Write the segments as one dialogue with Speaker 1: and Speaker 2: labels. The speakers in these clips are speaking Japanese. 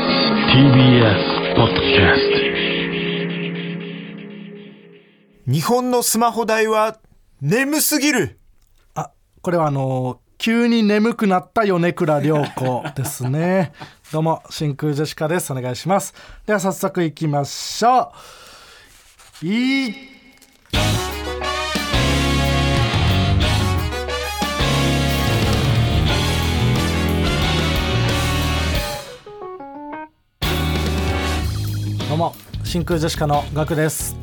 Speaker 1: TBS ポッドキャス
Speaker 2: 日本のスマホ代は眠すぎる
Speaker 3: あこれはあのー急に眠くなった米倉涼子ですねどうも真空ジェシカですお願いしますでは早速いきましょういいどうも真空ジェシカのガクです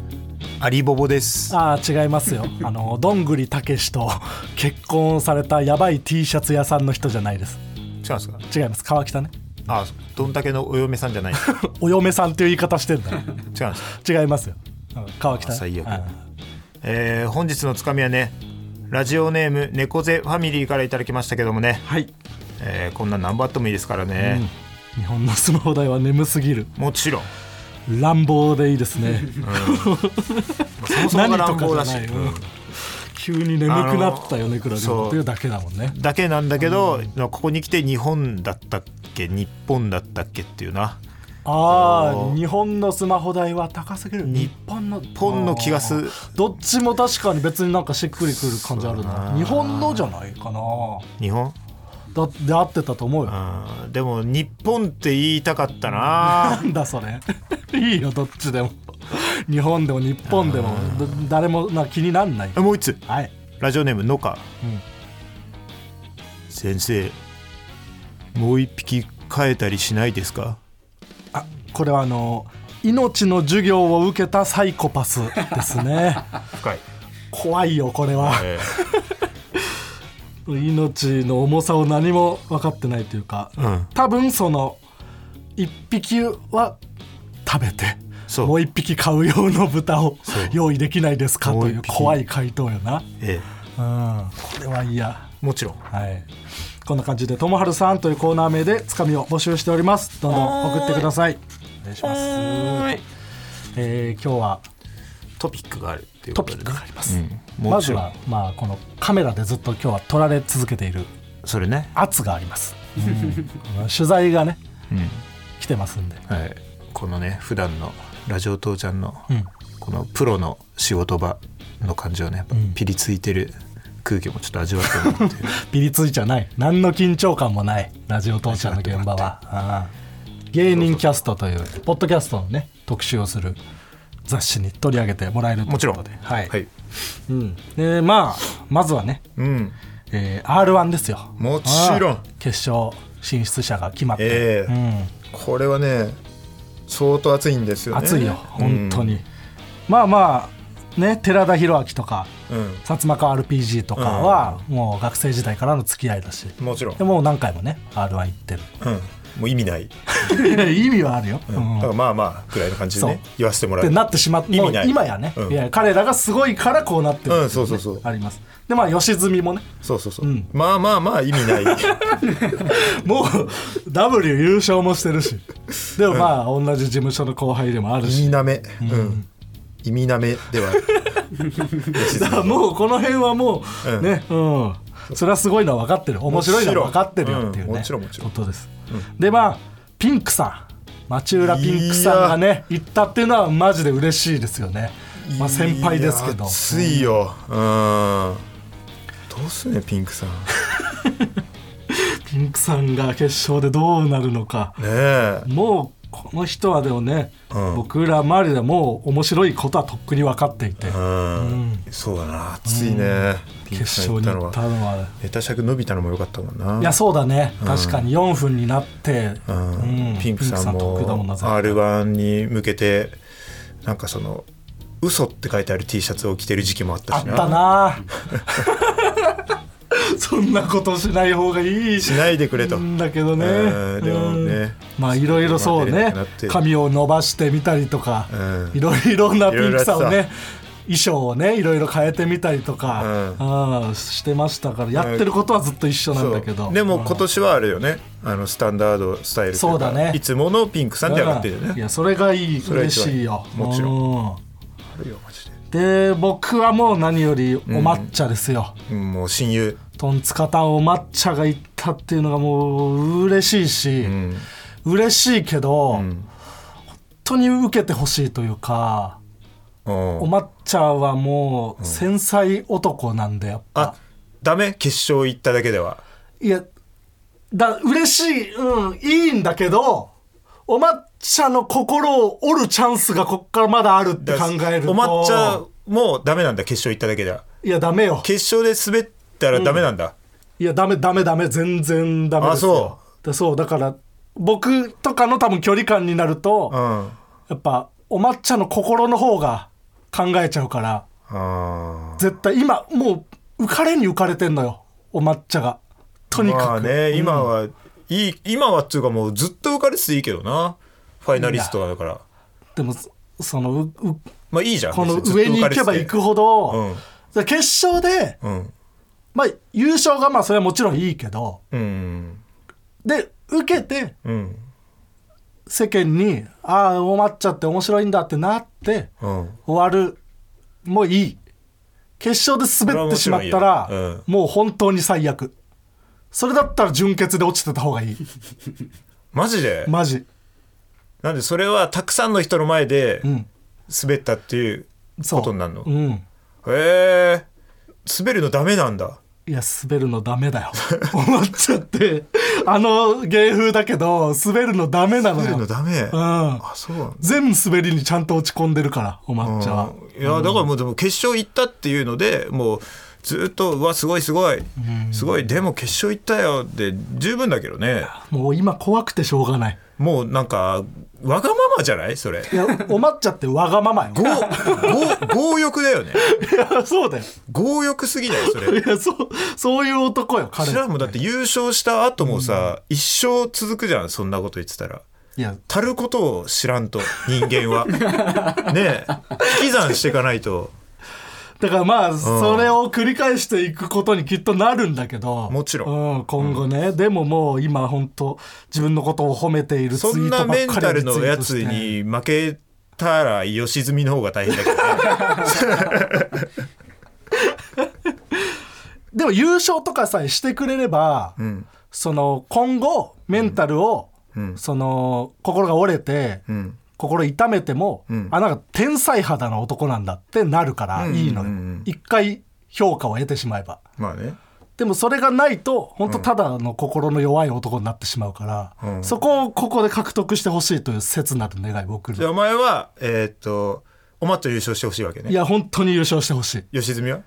Speaker 2: アリボボです
Speaker 3: ああ違 いますよあのどんぐりたけしと結婚されたやばい T シャツ屋さんの人じゃないです
Speaker 2: 違うんですか
Speaker 3: 違います川北ね
Speaker 2: あどんだけのお嫁さんじゃない違うん
Speaker 3: お嫁さんという言い方して んだ
Speaker 2: ですか
Speaker 3: 違いますよ、うん川北
Speaker 2: あ最悪
Speaker 3: うん
Speaker 2: えー本日のつかみはねラジオネーム猫背ファミリーからいただきましたけどもね、
Speaker 3: はい
Speaker 2: えーこんなん何バットもいいですからね、
Speaker 3: 日本のスマホ代は眠すぎる
Speaker 2: もちろん
Speaker 3: 乱暴でいいですね
Speaker 2: そもそもが乱暴だし、
Speaker 3: 何とかじ
Speaker 2: う
Speaker 3: ゃない
Speaker 2: ん
Speaker 3: うん急に眠くなった米倉涼
Speaker 2: あ
Speaker 3: 子
Speaker 2: の
Speaker 3: というだけだもんね
Speaker 2: だけなんだけど、ここに来て日本だったっけ日本だったっけっていうな
Speaker 3: あ
Speaker 2: そ
Speaker 3: あ
Speaker 2: う
Speaker 3: 日本のスマホ代は高すぎる日本の日
Speaker 2: 本の気がす
Speaker 3: どっちも確かに別になんかしっくりくる感じある
Speaker 2: そうだ
Speaker 3: な
Speaker 2: な
Speaker 3: 日本のじゃないかな
Speaker 2: 日本
Speaker 3: だで合ってたと思うよ
Speaker 2: うんでも日本って言いたかったな
Speaker 3: なんだそれいいよどっちでも日本でも日本でもど誰もな気になんない
Speaker 2: もう一つ
Speaker 3: はい
Speaker 2: ラジオネームのか、
Speaker 3: うん
Speaker 2: 先生もう一匹飼えたりしないですか
Speaker 3: あこれはあの命の授業を受けたサイコパスですね
Speaker 2: 深い、
Speaker 3: 怖いよこれは
Speaker 2: え
Speaker 3: 命の重さを何も分かってないというか
Speaker 2: ーうん
Speaker 3: 多分その一匹は食べて
Speaker 2: そう
Speaker 3: もう一匹買う用の豚を
Speaker 2: そう
Speaker 3: 用意できないですか
Speaker 2: も
Speaker 3: と
Speaker 2: う
Speaker 3: いう
Speaker 2: 一匹
Speaker 3: 怖い回答よな、
Speaker 2: え
Speaker 3: うん、これは嫌
Speaker 2: ーもちろん
Speaker 3: はいこんな感じで「ともはるさん」というコーナー名でつかみを募集しておりますどんどん送ってくださいお願いしますえー今日は
Speaker 2: トピックがあるっていう
Speaker 3: ト
Speaker 2: こと
Speaker 3: ピ
Speaker 2: で、
Speaker 3: ックがあります、
Speaker 2: うん
Speaker 3: ま
Speaker 2: も
Speaker 3: ず
Speaker 2: ちろん
Speaker 3: は、まあ、このカメラでずっと今日は撮られ続けている
Speaker 2: それね、
Speaker 3: 圧があります、うん取材がね
Speaker 2: うん
Speaker 3: 来てますんで
Speaker 2: はい、このね普段のラジオ父ちゃんの、
Speaker 3: うん
Speaker 2: このプロの仕事場の感じをねやっぱピリついてる空気もちょっと味わってもらって
Speaker 3: ピリついちゃない何の緊張感もないラジオ父ちゃんの現場はうん芸人キャストというポッドキャストのね特集をする雑誌に取り上げ てもらえるという
Speaker 2: もちろん
Speaker 3: ことではい、
Speaker 2: はい
Speaker 3: うん、でまあまずはね、
Speaker 2: うん
Speaker 3: えー r 1ですよ
Speaker 2: もちろん
Speaker 3: あー決勝進出者が決まって、
Speaker 2: ええこれはね相当熱いんです
Speaker 3: う
Speaker 2: よ
Speaker 3: ん、熱いよ本当に、まあまあね寺田裕明とか
Speaker 2: うん、
Speaker 3: 薩摩川 RPG とかは、もう学生時代からの付き合いだし
Speaker 2: もちろん
Speaker 3: でもう何回もね r 1行って る
Speaker 2: うん、もう意味ない、
Speaker 3: 意味はあるよ、
Speaker 2: うん
Speaker 3: うん
Speaker 2: だからまあまあぐらいの感じでね
Speaker 3: そう
Speaker 2: 言わせても
Speaker 3: っ
Speaker 2: ら
Speaker 3: て
Speaker 2: う
Speaker 3: なってしまって
Speaker 2: 意味ない
Speaker 3: 今やね、
Speaker 2: うん
Speaker 3: いや彼らがすごいからこうなってる、
Speaker 2: うんそうそうそう
Speaker 3: ありますでまあ良純もね
Speaker 2: そうそうそう、
Speaker 3: うん
Speaker 2: まあまあまあ意味 ない
Speaker 3: もう W 優勝もしてるしでもまあ同じ事務所の後輩でもある
Speaker 2: 意
Speaker 3: し
Speaker 2: 味なめ、うん意味なめではある吉
Speaker 3: だ
Speaker 2: 住
Speaker 3: からもうこの辺はもう、
Speaker 2: うん
Speaker 3: ねうんそれはすごいのは分かってる面白いのは分かってるよっていうね、
Speaker 2: うんもちろんもちろん
Speaker 3: ことです、でまあピンクさん町浦ピンクさんがね行ったっていうのはマジで嬉しいですよね、まあ、先輩ですけど
Speaker 2: いや熱いようんどうすんねピンクさんね
Speaker 3: ピンクさんが決勝でどうなるのか
Speaker 2: え
Speaker 3: もうこの人はでもね、
Speaker 2: うん
Speaker 3: 僕ら周りでもう面白いことはとっくに分かっていて、
Speaker 2: うん、そうだな熱いね、ピンク
Speaker 3: 決
Speaker 2: さん
Speaker 3: 勝
Speaker 2: 行っ
Speaker 3: に
Speaker 2: た
Speaker 3: 行
Speaker 2: の
Speaker 3: った
Speaker 2: は
Speaker 3: のは
Speaker 2: ネタ尺伸びたのも良かったもんない
Speaker 3: やそうだね、確かに4分になって、
Speaker 2: うん
Speaker 3: うん
Speaker 2: ピンクさん
Speaker 3: 得意だもんな
Speaker 2: も
Speaker 3: ぜ
Speaker 2: R1 に向けてなんかその「嘘って書いてある T シャツを着てる時期もあった
Speaker 3: あ
Speaker 2: し
Speaker 3: っ
Speaker 2: な
Speaker 3: たな そんなことしない方がいい
Speaker 2: しないでくれと、
Speaker 3: んだけどね
Speaker 2: うんでもね
Speaker 3: うんまあいろいろそう
Speaker 2: まあ出れな
Speaker 3: ね
Speaker 2: くなって
Speaker 3: 髪を伸ばしてみたりとか、
Speaker 2: うん
Speaker 3: いろいろなピンクさんを
Speaker 2: いろいろやっ
Speaker 3: ね衣装をねいろいろ変えてみたりとか、
Speaker 2: う
Speaker 3: うんしてましたからやってることはずっと一緒なんだけど、
Speaker 2: そうでも
Speaker 3: うん
Speaker 2: 今年はあれよねあのスタンダードスタイルといか
Speaker 3: そうだね
Speaker 2: いつものピンクさんで上がってるよ
Speaker 3: い
Speaker 2: ね
Speaker 3: やそれがいい
Speaker 2: れは
Speaker 3: 嬉
Speaker 2: 一番
Speaker 3: しいよ
Speaker 2: もちろ
Speaker 3: ん
Speaker 2: あるよマジで
Speaker 3: で僕はもう何よりお抹茶ですよ、
Speaker 2: うんもう親友
Speaker 3: トンツカタンお抹茶が行ったっていうのがもう嬉しいし、う嬉しいけ
Speaker 2: う
Speaker 3: ど、本
Speaker 2: ん
Speaker 3: 当に受けてほしいというか、お
Speaker 2: うん
Speaker 3: 抹茶はもう繊細男なんでやっ
Speaker 2: あ
Speaker 3: ぱ、
Speaker 2: ダメ決勝行っただけではい
Speaker 3: やだ嬉しいうんいいんだけどお抹茶の心を折るチャンスがこっからまだあるって
Speaker 2: だ
Speaker 3: 考
Speaker 2: から
Speaker 3: えると
Speaker 2: お抹茶もダメなんだ決勝行っただけではい
Speaker 3: やダメよ
Speaker 2: 決勝で滑ったらダメなんだ、
Speaker 3: いやダメダメダメ全然ダメですよ
Speaker 2: あ
Speaker 3: でそうだから僕とかの多分距離感になると、
Speaker 2: うんうん
Speaker 3: やっぱお抹茶の心の方が考えちゃうから
Speaker 2: あー
Speaker 3: 絶対今もう浮かれに浮かれてんのよお抹茶がとにかく、
Speaker 2: まあね今は、いい今はっつうかもうずっと浮かれてていいけどなファイナリストはだから
Speaker 3: でもそそのうう
Speaker 2: まあいいじゃん
Speaker 3: この
Speaker 2: 別にずっ
Speaker 3: 上
Speaker 2: と
Speaker 3: に
Speaker 2: 浮
Speaker 3: 行
Speaker 2: かれ
Speaker 3: け
Speaker 2: て
Speaker 3: ば
Speaker 2: て
Speaker 3: 行くほど、
Speaker 2: うん
Speaker 3: で決勝で、
Speaker 2: うん
Speaker 3: まあ、優勝がまあそれはもちろんいいけど
Speaker 2: うん
Speaker 3: で受けて
Speaker 2: うん
Speaker 3: 世間に「ああお抹茶って面白いんだ」ってなって
Speaker 2: うん
Speaker 3: 終わるもういい決勝で滑ってしまったら
Speaker 2: それはもちろんいいよ
Speaker 3: もう本当に最悪それだったら準決で落ちてた方がいい
Speaker 2: マジで、
Speaker 3: マジ
Speaker 2: なんでそれはたくさんの人の前で
Speaker 3: うん
Speaker 2: 滑ったっていう
Speaker 3: そう
Speaker 2: ことになるの、
Speaker 3: う
Speaker 2: へ
Speaker 3: ん
Speaker 2: え滑るのダメなんだ
Speaker 3: いや滑るのダメだよ お抹茶ってあの芸風だけど滑るのダメなの
Speaker 2: 滑るの
Speaker 3: よ
Speaker 2: ダメ、
Speaker 3: うん
Speaker 2: あそうなんだ
Speaker 3: 全部滑りにちゃんと落ち込んでるからお抹茶は
Speaker 2: うんいやだからもうでも決勝行ったっていうのでもうずっと「うわすごいすごいすごいでも決勝行ったよ」で十分だけどね
Speaker 3: もう今怖くてしょうがない
Speaker 2: もうなんかわがままじゃないそれ
Speaker 3: いや、お抹茶ってわがままよ。
Speaker 2: 強強強欲だよね
Speaker 3: いや、 そうだよ。
Speaker 2: 強欲すぎないそれ
Speaker 3: いや、そう、そういう男よ、彼
Speaker 2: 知
Speaker 3: は。
Speaker 2: らんもんだって優勝した後もさ、一生続くじゃんそんなこと言ってたら。
Speaker 3: いや、
Speaker 2: 足ることを知らんと人間 はねえ引き算していかないと
Speaker 3: だからまあ、それを繰り返していくことにきっとなるんだけど。
Speaker 2: もちろ
Speaker 3: ん。今後ね。でももう今、本当自分のことを褒めているツイ
Speaker 2: そん
Speaker 3: ート
Speaker 2: な
Speaker 3: ばっかり
Speaker 2: メンタルのやつ
Speaker 3: リツイ
Speaker 2: に
Speaker 3: ー
Speaker 2: 負けたら良純の方が大変だけどね
Speaker 3: トして。でも優勝とかさえしてくれれば、
Speaker 2: うん
Speaker 3: その、今後、メンタルを、
Speaker 2: うん
Speaker 3: その、心が折れて、
Speaker 2: うん
Speaker 3: 心痛めても、
Speaker 2: うん
Speaker 3: あなんか天才肌の男なんだってなるから
Speaker 2: うん
Speaker 3: いいのよ、
Speaker 2: うんうん
Speaker 3: 一回評価を得てしまえば
Speaker 2: まあね
Speaker 3: でもそれがないと本当ただの心の弱い男になってしまうから、
Speaker 2: うん
Speaker 3: そこをここで獲得してほしいという切なる願い僕
Speaker 2: じゃ
Speaker 3: る
Speaker 2: あお前はえーっとおまっと優勝してほしいわけ
Speaker 3: い
Speaker 2: ね
Speaker 3: や本当に優勝してほしい
Speaker 2: 良純は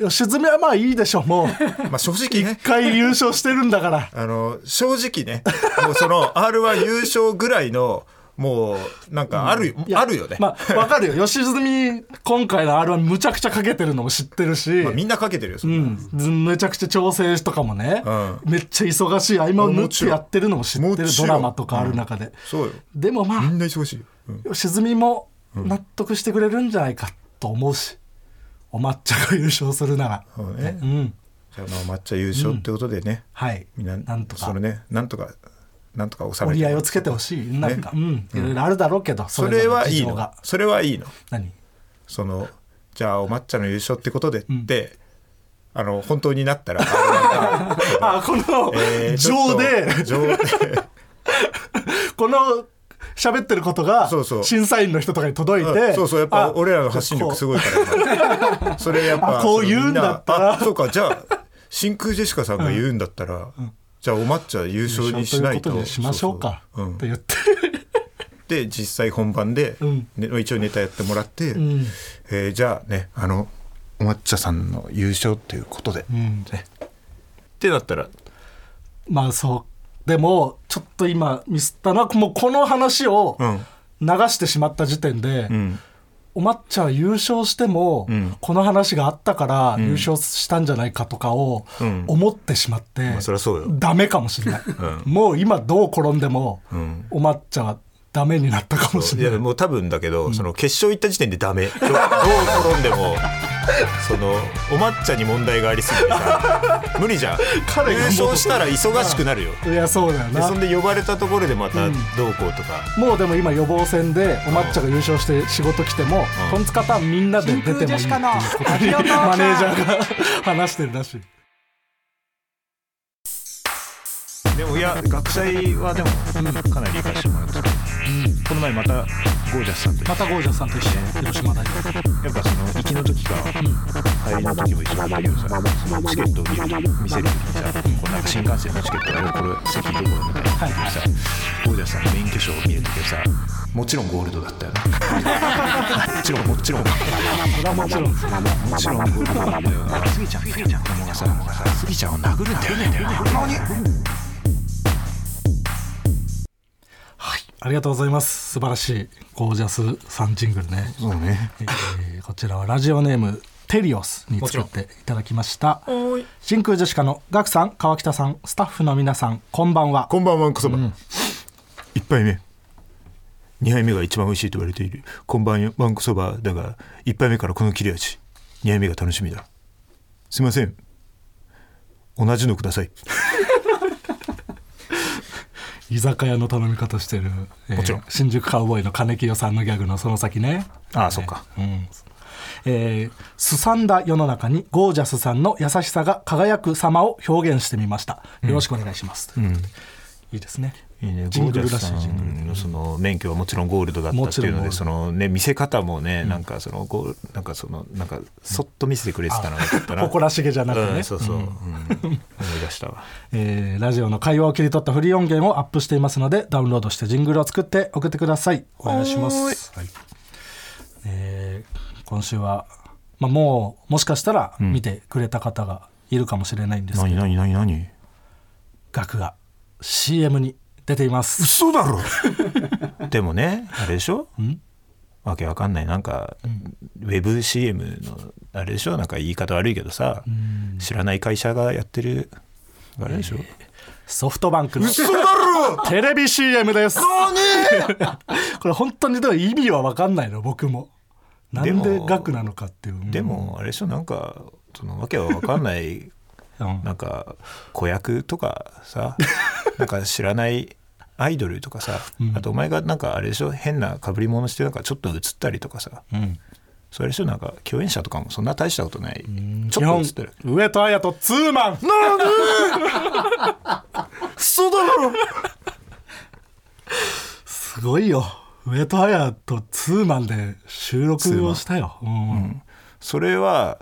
Speaker 2: い
Speaker 3: や沈みはまあいいでしょ うもう
Speaker 2: まあ正直ね
Speaker 3: 一回優勝してるんだから
Speaker 2: あの正直ねもうそ の r 1優勝ぐらいのもうなんかある,、
Speaker 3: いや
Speaker 2: あるよね、ま
Speaker 3: まあわかるよ良純今回の r 1むちゃくちゃかけてるのも知ってるし、
Speaker 2: あみんなかけてるよそんな
Speaker 3: うん、めちゃくちゃ調整とかもね、
Speaker 2: う
Speaker 3: めっちゃ忙しい合間を縫っ
Speaker 2: もち
Speaker 3: て
Speaker 2: ろん
Speaker 3: やってるのも知って
Speaker 2: も
Speaker 3: る
Speaker 2: ち
Speaker 3: ド
Speaker 2: ろん
Speaker 3: ラマとかある中で、
Speaker 2: そうよ
Speaker 3: でもま
Speaker 2: み
Speaker 3: あ
Speaker 2: んな忙しいよ、うん
Speaker 3: 吉住も納得してくれるんじゃないかと思うし、お抹茶が優勝するなら
Speaker 2: そうね
Speaker 3: うん
Speaker 2: じゃあまあ抹茶優勝ってことでね、
Speaker 3: はい
Speaker 2: みんな
Speaker 3: なんとか
Speaker 2: それねなんとかなんとか収め
Speaker 3: 折
Speaker 2: て
Speaker 3: り合いをつけてほしいなんか、うんいろいろあるだろうけど
Speaker 2: それはいい
Speaker 3: ぞれぞれ事情
Speaker 2: の
Speaker 3: が
Speaker 2: それはいいの
Speaker 3: 何
Speaker 2: そのじゃあお抹茶の優勝ってことでって、あの本当になったら あ
Speaker 3: あこの
Speaker 2: のえーちょっ
Speaker 3: 情
Speaker 2: と
Speaker 3: で、
Speaker 2: 情で
Speaker 3: この喋ってることが
Speaker 2: そうそう
Speaker 3: 審査員の人とかに届い
Speaker 2: うん
Speaker 3: て
Speaker 2: そうそうやっぱ
Speaker 3: あ
Speaker 2: 俺らの発信力すごいから 今それやっぱ
Speaker 3: あこう言うん
Speaker 2: そのみ
Speaker 3: だったら
Speaker 2: あそうかじゃあ真空ジェシカさんが言うんだったら、じゃあお抹茶優勝にしないと
Speaker 3: ということでしましょうか
Speaker 2: そうそううん
Speaker 3: と言って
Speaker 2: で実際本番で、
Speaker 3: ん
Speaker 2: ね一応ネタやってもらって、
Speaker 3: ん
Speaker 2: えーじゃあねあのお抹茶さんの優勝っていうことで、ねってなったら
Speaker 3: まあそうでもちょっと今ミスったなもうこの話を
Speaker 2: うん
Speaker 3: 流してしまった時点で、
Speaker 2: うん
Speaker 3: お抹茶は優勝しても、
Speaker 2: ん
Speaker 3: この話があったから優勝したんじゃないかとかを
Speaker 2: うん
Speaker 3: 思ってしまって、
Speaker 2: まあそりゃそうよ
Speaker 3: ダメかも しれない、もう今どう転んでも、
Speaker 2: ん
Speaker 3: お抹茶はダメになったかもし
Speaker 2: い
Speaker 3: れ
Speaker 2: や
Speaker 3: ない
Speaker 2: もう多分だけど、その決勝行った時点でダメどどう転んで もそのお抹茶に問題がありすぎてさ無理じゃん
Speaker 3: 彼
Speaker 2: 優
Speaker 3: がもう
Speaker 2: 勝したら忙しくなるよ
Speaker 3: いやそうだよ
Speaker 2: で
Speaker 3: な
Speaker 2: そんで呼ばれたところでまたどうこうとか、
Speaker 3: もうでも今予防戦でお抹茶が優勝して仕事来ても、トンツカタンみんなで出てもいいっていうことにマネージャ ーが話してるらしい
Speaker 2: ででもいや学祭はでもかなり行かせてもらった、この前またゴージャスさんと
Speaker 3: またゴージャスさんと一緒広島大学
Speaker 2: やっぱその行きの時か帰りの時も一緒だったけどさそのチケットを見る見せる時にさ、こうなんか新幹線のチケットがこれ席どこだみたいな時にさ、ゴージャスさんのメイン化粧を見る時はさもちろんゴールドだったよねもちろんもちろんも
Speaker 3: もちろん
Speaker 2: ちろんゴールドだったよなスギちゃんスギちゃん子供がさ子供がさスギちゃんを殴るんだよね
Speaker 3: ありがとうございます素晴らしいゴージャスさんジングルね、
Speaker 2: そうね
Speaker 3: えーこちらはラジオネームテリオスに作っていただきました真空ジェシカのガクさん川北さんスタッフの皆さんこんばんは
Speaker 2: こんばんはこそば、一杯目二杯目が一番美味しいと言われているこんばんはんこそばだが一杯目からこの切れ味二杯目が楽しみだすいません同じのください
Speaker 3: 居酒屋の頼み方してる、えー
Speaker 2: もちろん
Speaker 3: 新宿カウボーイの金清さんのギャグのその先ね
Speaker 2: ああそっか
Speaker 3: うんえー、すさんだ世の中にゴージャスさんの優しさが輝く様を表現してみましたよろしくお願いします、ということでいいですね
Speaker 2: いいね、
Speaker 3: ジ
Speaker 2: ゴ
Speaker 3: ン
Speaker 2: ージ
Speaker 3: グル
Speaker 2: ャ
Speaker 3: ら
Speaker 2: ス
Speaker 3: し
Speaker 2: さ
Speaker 3: いジングル
Speaker 2: んのその免許はもちろんゴールドだったっていうの
Speaker 3: も
Speaker 2: で
Speaker 3: ち
Speaker 2: その、ね、見せ方もね、なんかそのゴーなんかそのなんかそっと見せてくれてたのがよかったな
Speaker 3: 誇らしげじゃなくね、
Speaker 2: うんそうそう、うん思い出した わ
Speaker 3: えーラジオの会話を切り取ったフリー音源をアップしていますのでダウンロードしてジングルを作って送ってくださいお願いします、はいえー今週は、まあ、もうもしかしたら見てくれた方がいるかもしれないんですけど、
Speaker 2: 何何何何
Speaker 3: 額が CM に出ています
Speaker 2: 嘘だ ろでもねあれでしょわけわかんないなんか、ウェブ CM のあれでしょなんか言い方悪いけどさ、知らない会社がやってるあれでしょ、
Speaker 3: ソフトバンクのテレビ CM です これ本当にでも意味は分かんないの僕もなん
Speaker 2: で
Speaker 3: で
Speaker 2: も
Speaker 3: 額なのかっていう
Speaker 2: で、もあれでしょなんかそのわけはわかんない
Speaker 3: うん
Speaker 2: なんか子役とか さなんか知らないアイドルとかさ、あとお前がなんかあれでしょ変な被り物してなんかちょっと映ったりとかさ
Speaker 3: うん
Speaker 2: それでしょなんか共演者とかもそんな大したことない、ち
Speaker 3: 基
Speaker 2: ょっ
Speaker 3: 本
Speaker 2: と映ってる
Speaker 3: 上戸彩とツーマン
Speaker 2: 嘘だろ
Speaker 3: すごいよ上戸彩とツーマンで収録をしたよ、うん
Speaker 2: それは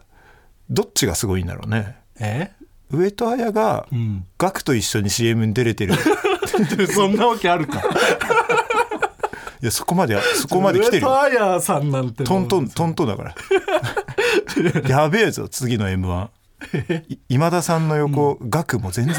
Speaker 2: どっちがすごいんだろうね
Speaker 3: え
Speaker 2: 上戸彩が、
Speaker 3: ん
Speaker 2: ガクと一緒に CM に出れてる
Speaker 3: そんなわけあるか
Speaker 2: いやそこまでそこまで来てるよ
Speaker 3: 上戸彩さんなんてもう
Speaker 2: トントントントンだから やべえぞ次の m 1今田さんの横、ガクも全然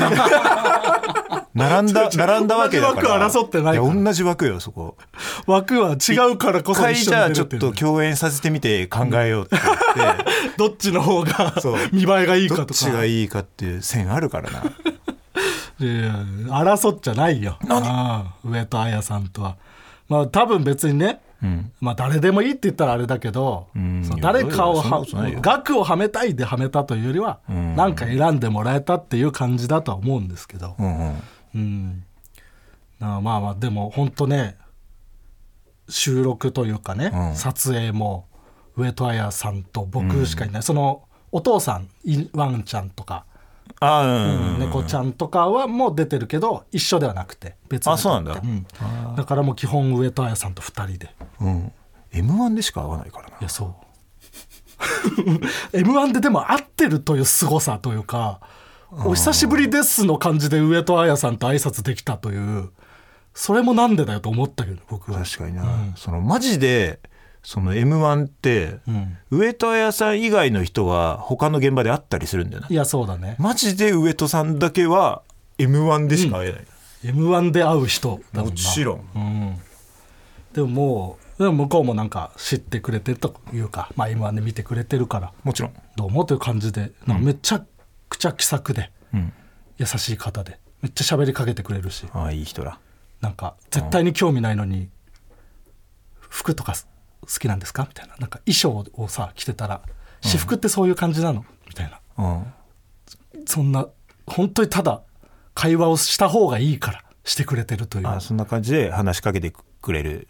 Speaker 2: 並 んだ並んだわけだから
Speaker 3: 同じ枠争ってないから
Speaker 2: や同じ枠よそこ
Speaker 3: 枠は違うからこ
Speaker 2: 一
Speaker 3: そ
Speaker 2: 回
Speaker 3: 一
Speaker 2: じ
Speaker 3: 緒
Speaker 2: ゃ
Speaker 3: に
Speaker 2: あ
Speaker 3: 出
Speaker 2: ちょ
Speaker 3: る
Speaker 2: ってと共演させてみて考えようって言って
Speaker 3: どっちの方が
Speaker 2: そう
Speaker 3: 見栄え がいい
Speaker 2: ど
Speaker 3: か
Speaker 2: っ
Speaker 3: と
Speaker 2: ち
Speaker 3: か
Speaker 2: がいいかっていう線あるからない
Speaker 3: やいや争っちゃないよああ上戸彩さんとはまあ多分別にね、まあ誰でもいいって言ったらあれだけど、
Speaker 2: ん
Speaker 3: その
Speaker 2: いや
Speaker 3: 誰かを
Speaker 2: そんな
Speaker 3: は
Speaker 2: ことないよ
Speaker 3: 額をはめたいではめたというよりは、なんか選んでもらえたっていう感じだとは思うんですけど、
Speaker 2: うんうん
Speaker 3: うん、なあまあまあでも本当ね収録というかね、
Speaker 2: うん
Speaker 3: 撮影も上戸彩さんと僕しかいない、そのお父さんいワンちゃんとか、
Speaker 2: あーうんうんうん
Speaker 3: 猫ちゃんとかはもう出てるけど一緒ではなくて別に
Speaker 2: あそうなんだ
Speaker 3: うんだからもう基本上戸彩さんと2人で
Speaker 2: うん、M1 でしか会わないからない
Speaker 3: やそう m 1ででも合ってるという凄さというか「お久しぶりです」の感じで上戸彩さんと挨拶できたというそれもなんでだよと思ったけど僕は
Speaker 2: 確かにな、そのマジでその m 1って、
Speaker 3: ん
Speaker 2: 上戸彩さん以外の人は他の現場で会ったりするんだよない
Speaker 3: やそうだね
Speaker 2: マジで上戸さんだけは m 1でしか会えない、
Speaker 3: m 1で会う人だもんな
Speaker 2: もちろん、
Speaker 3: うん、でももうでも向こうもなんか知ってくれてるというか、まあ、m 1で見てくれてるから
Speaker 2: もちろん、
Speaker 3: どうもという感じで、なんかめちゃくちゃ気さくで
Speaker 2: うん、
Speaker 3: 優しい方でめっちゃ喋りかけてくれるし
Speaker 2: ああいい人だ
Speaker 3: なんか絶対に興味ないのに「服とかす好きなんですか?」みたいななんか衣装をさ着てたら「私服ってそういう感じなの?」みたいな
Speaker 2: うん
Speaker 3: そんな本当にただ会話をした方がいいからしてくれてるという
Speaker 2: あそんな感じで話しかけてくれる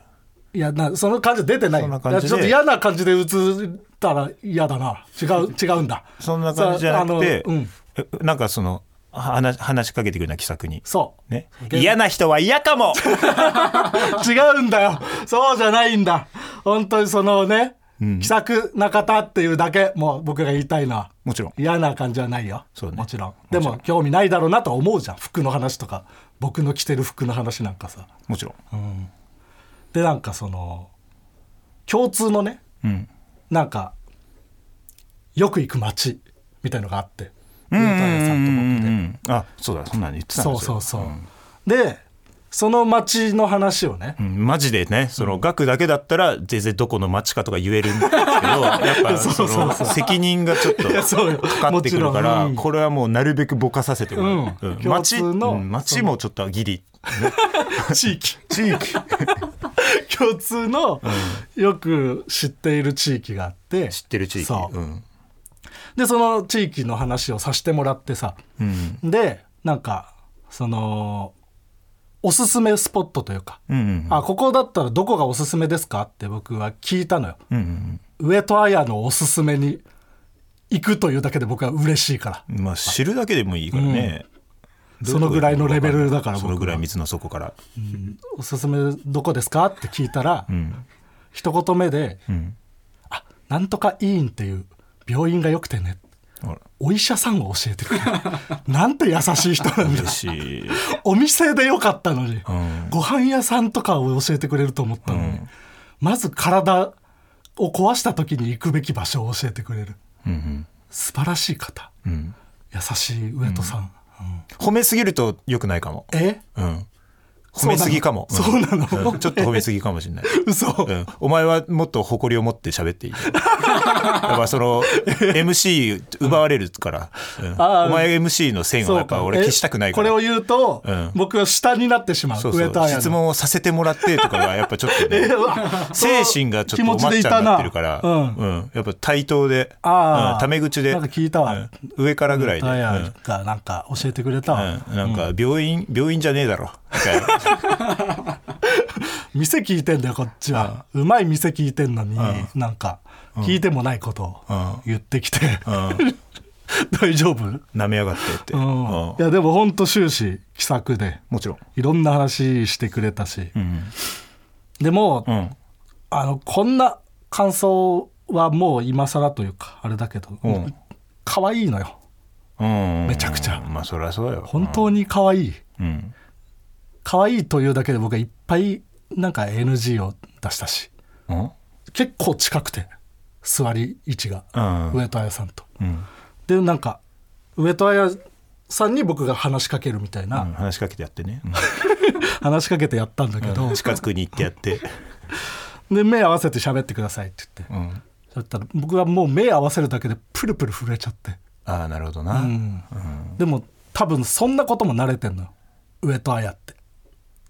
Speaker 3: いやなその感じ出てない
Speaker 2: そんな感じで
Speaker 3: いやちょっと嫌な感じで映ったら嫌だな違う違うんだ
Speaker 2: そんな感じじゃなくて
Speaker 3: さあのうん
Speaker 2: えなんかその話話しかけてくるような気さくに。
Speaker 3: そ
Speaker 2: ね、嫌な人は嫌かも
Speaker 3: う違うんだよそうじゃないんだ本当にそのね、
Speaker 2: うん
Speaker 3: 気さくな方っていうだけもう僕が言いたいのは
Speaker 2: もちろん
Speaker 3: 嫌な感じはないよ
Speaker 2: そうね
Speaker 3: もちろん
Speaker 2: ちろ
Speaker 3: で
Speaker 2: ん
Speaker 3: も興味ないだろうなとは思うじゃん服の話とか僕の着てる服の話なんかさ
Speaker 2: も ちろん、
Speaker 3: でなんかその共通のね
Speaker 2: うん、
Speaker 3: なんかよく行く街みたいのがあって
Speaker 2: うんうんう
Speaker 3: 古田屋さんと僕
Speaker 2: んうんあそうだそんなの言ってたん
Speaker 3: そ
Speaker 2: で
Speaker 3: う
Speaker 2: す
Speaker 3: そ
Speaker 2: よ
Speaker 3: うそう、でその街の話をね
Speaker 2: うん、マジでねその額だけだったら全然どこの町かとか言えるん ですけどやっぱその責任がちょっと
Speaker 3: やそうよ
Speaker 2: かかってくるか
Speaker 3: もちろ
Speaker 2: ら
Speaker 3: んうん
Speaker 2: これはもうなるべくぼかさせてもらう、
Speaker 3: うん
Speaker 2: うん
Speaker 3: 共
Speaker 2: 町
Speaker 3: 通の
Speaker 2: うん町もちょっとギリ
Speaker 3: 地域
Speaker 2: 地 域
Speaker 3: 共通のよく知っている地域があって
Speaker 2: 知ってる地域
Speaker 3: そう
Speaker 2: うん
Speaker 3: でその地域の話をさせてもらってさ
Speaker 2: うん
Speaker 3: でなんかそのおすすめスポットというか、
Speaker 2: うんうん
Speaker 3: あここだったらどこがおすすめですかって僕は聞いたのよ
Speaker 2: うんうん
Speaker 3: 上戸彩のおすすめに行くというだけで僕は嬉しいから
Speaker 2: うんまあ知るだけでもいいからね、
Speaker 3: んそのぐらいのレベルだから
Speaker 2: そ
Speaker 3: 僕は
Speaker 2: のぐらい水の底から
Speaker 3: おすすめどこですかって聞いたら、
Speaker 2: うん
Speaker 3: 一言目で
Speaker 2: うん
Speaker 3: 「なんとか医院っていう病院がよくてね
Speaker 2: あら
Speaker 3: お医者さんを教えてくれる なんて優しい人なんだ
Speaker 2: 嬉し い、
Speaker 3: お店でよかったのに、
Speaker 2: うん
Speaker 3: ご飯屋さんとかを教えてくれると思ったのに、
Speaker 2: うん
Speaker 3: まず体を壊した時に行くべき場所を教えてくれる
Speaker 2: うん
Speaker 3: 素晴らしい方
Speaker 2: うんうん、
Speaker 3: 優しい上戸さん、
Speaker 2: 褒めすぎると良くないかも
Speaker 3: え
Speaker 2: うん。褒めすぎかも。
Speaker 3: そうなの
Speaker 2: うんうんちょっと褒めすぎかもしれない。
Speaker 3: 嘘、
Speaker 2: うん、お前はもっと誇りを持って喋っ ていいよ。やっぱその MC 奪われるから、うん
Speaker 3: あー
Speaker 2: お前 MC の線をやっぱ俺消したくないから
Speaker 3: えこれを言うと、
Speaker 2: うん
Speaker 3: 僕は下になってしまう
Speaker 2: そうそ
Speaker 3: 上戸
Speaker 2: う
Speaker 3: 彩の
Speaker 2: 質問をさせてもらってとかがやっぱちょっとね
Speaker 3: えうわ
Speaker 2: 精神がちょっとお
Speaker 3: 気持
Speaker 2: まっ
Speaker 3: ちでい
Speaker 2: ちゃ
Speaker 3: た
Speaker 2: んにな
Speaker 3: な
Speaker 2: ってるから、
Speaker 3: う
Speaker 2: うんんやっぱ対等で、
Speaker 3: あー
Speaker 2: うんタメ口で
Speaker 3: なんか聞いたわ
Speaker 2: うん上からぐらいで、
Speaker 3: 上戸
Speaker 2: う
Speaker 3: 彩
Speaker 2: ん
Speaker 3: がなんか教えてくれたわ、
Speaker 2: うんなんか病院、病院じゃねえだろみたい な
Speaker 3: 店聞いてんだよこっちは、うまい店聞いてんのに、なんか聞いてもないことを言ってきて、 大丈夫、
Speaker 2: 舐めやがってって、
Speaker 3: うん
Speaker 2: うん
Speaker 3: いやでもほんと終始気さくで
Speaker 2: もちろん、
Speaker 3: いろんな話してくれたし、でも、
Speaker 2: うん、
Speaker 3: あのこんな感想はもう今更というかあれだけど、
Speaker 2: うん
Speaker 3: 可愛いのよ
Speaker 2: め
Speaker 3: めちゃくちゃ
Speaker 2: まあそりゃそうだよ
Speaker 3: 本当に可愛い
Speaker 2: うん
Speaker 3: 可愛いというだけで僕はいっぱいなんか NG を出したし
Speaker 2: うん
Speaker 3: 結構近くて座り位置が、
Speaker 2: うん
Speaker 3: 上戸彩さんと。
Speaker 2: うん
Speaker 3: でなんか上戸彩さんに僕が話しかけるみたいな、
Speaker 2: 話しかけてやってね
Speaker 3: 話しかけてやったんだけど、
Speaker 2: 近づくに行ってやって
Speaker 3: で目合わせて喋ってくださいって言って、
Speaker 2: うん
Speaker 3: そしたら僕はもう目合わせるだけでプルプル震えちゃって、
Speaker 2: ああなるほどな
Speaker 3: うんでも多分そんなことも慣れてんのよ上戸彩って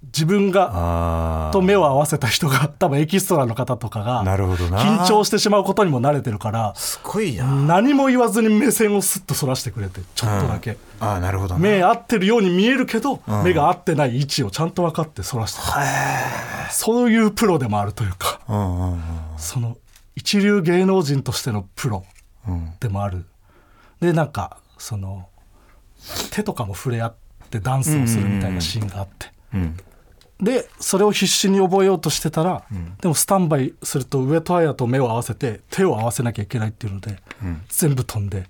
Speaker 3: 自分が
Speaker 2: あ
Speaker 3: と目を合わせた人が多分エキストラの方とか
Speaker 2: あ
Speaker 3: が
Speaker 2: なるほどな
Speaker 3: 緊張してしまうことにも慣れてるから
Speaker 2: すごいな
Speaker 3: 何も言わずに目線をスッとそらしてくれてちょっとだけ、
Speaker 2: ああなるほどな
Speaker 3: 目合ってるように見えるけど、目が合ってない位置をちゃんと分かってそらしてそういうプロでもあるというか
Speaker 2: うんうんうん
Speaker 3: その一流芸能人としてのプロでもある、でなんかその手とかも触れ合ってダンスをするみたいなシーンがあって、
Speaker 2: ん
Speaker 3: でそれを必死に覚えようとしてたら、でもスタンバイすると上戸彩と目を合わせて手を合わせなきゃいけないっていうので、全部飛んで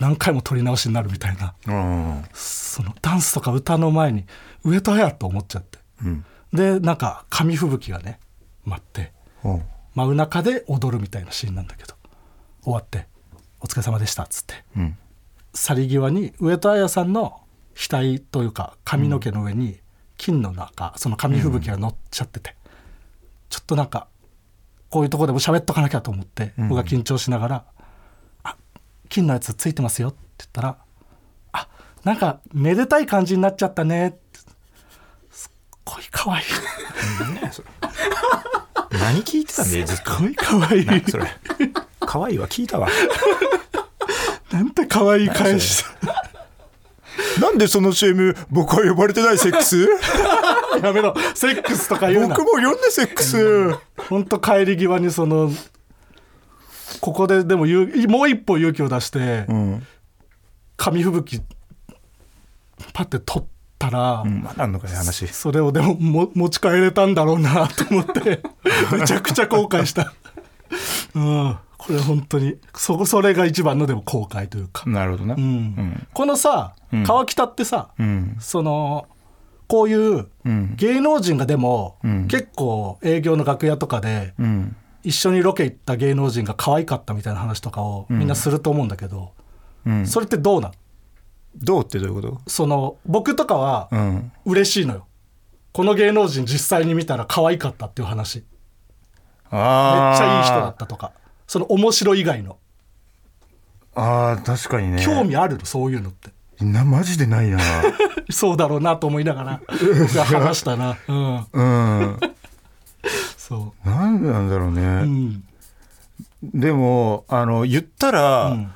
Speaker 3: 何回も撮り直しになるみたいな。
Speaker 2: うんうん
Speaker 3: そのダンスとか歌の前に上戸彩と思っちゃって、
Speaker 2: ん
Speaker 3: でなんか紙吹雪がね待って
Speaker 2: うん
Speaker 3: 真夜中で踊るみたいなシーンなんだけど終わって「お疲れ様でした」っつって
Speaker 2: うん
Speaker 3: 去り際に上戸彩さんの額というか髪の毛の上に金の中その紙吹雪が乗っちゃってて、ちょっとなんかこういうとこでも喋っとかなきゃと思って、僕が緊張しながら「あ金のやつついてますよ」って言ったら「あなんかめでたい感じになっちゃったね」ってすっごい 可愛いす
Speaker 2: 何聞いてたんだよずっ
Speaker 3: っごい可愛い
Speaker 2: とそれ可愛いわ聞いたわ
Speaker 3: なんて可愛い返し
Speaker 2: なんでその CM 僕は呼ばれてないセックス
Speaker 3: だやめろセックスとか言うな
Speaker 2: 僕も呼んでセックス
Speaker 3: 本当帰り際にそのここででも勇もう一歩勇気を出して、紙吹雪パッて取ったら、
Speaker 2: うん、まだあんのかね話
Speaker 3: それをでもも持ち帰れたんだろうなと思って めちゃくちゃ後悔した、うん、これ本当にそそれが一番のでも後悔というか、
Speaker 2: なるほどな
Speaker 3: うん
Speaker 2: うん
Speaker 3: このさ
Speaker 2: うん
Speaker 3: 川北ってさ、
Speaker 2: うん
Speaker 3: そのこういう
Speaker 2: うん
Speaker 3: 芸能人がでも、
Speaker 2: うん
Speaker 3: 結構営業の楽屋とかで
Speaker 2: うん
Speaker 3: 一緒にロケ行った芸能人が可愛かったみたいな話とかをみんなすると思うんだけど、
Speaker 2: うん
Speaker 3: それってどうなん
Speaker 2: どうってどういうこと
Speaker 3: その僕とかは
Speaker 2: うん
Speaker 3: 嬉しいのよこの芸能人実際に見たら可愛かったっていう話めっち
Speaker 2: ああ
Speaker 3: ゃいい人だったとかその面白以外の
Speaker 2: あー確かにね
Speaker 3: 興味あるのそういうのって
Speaker 2: なマジでないな
Speaker 3: そうだろうなと思いながら僕は話したなうん
Speaker 2: うん
Speaker 3: そ
Speaker 2: なんなんだろう
Speaker 3: うう
Speaker 2: ね、
Speaker 3: ん
Speaker 2: でもあの言ったら、
Speaker 3: うん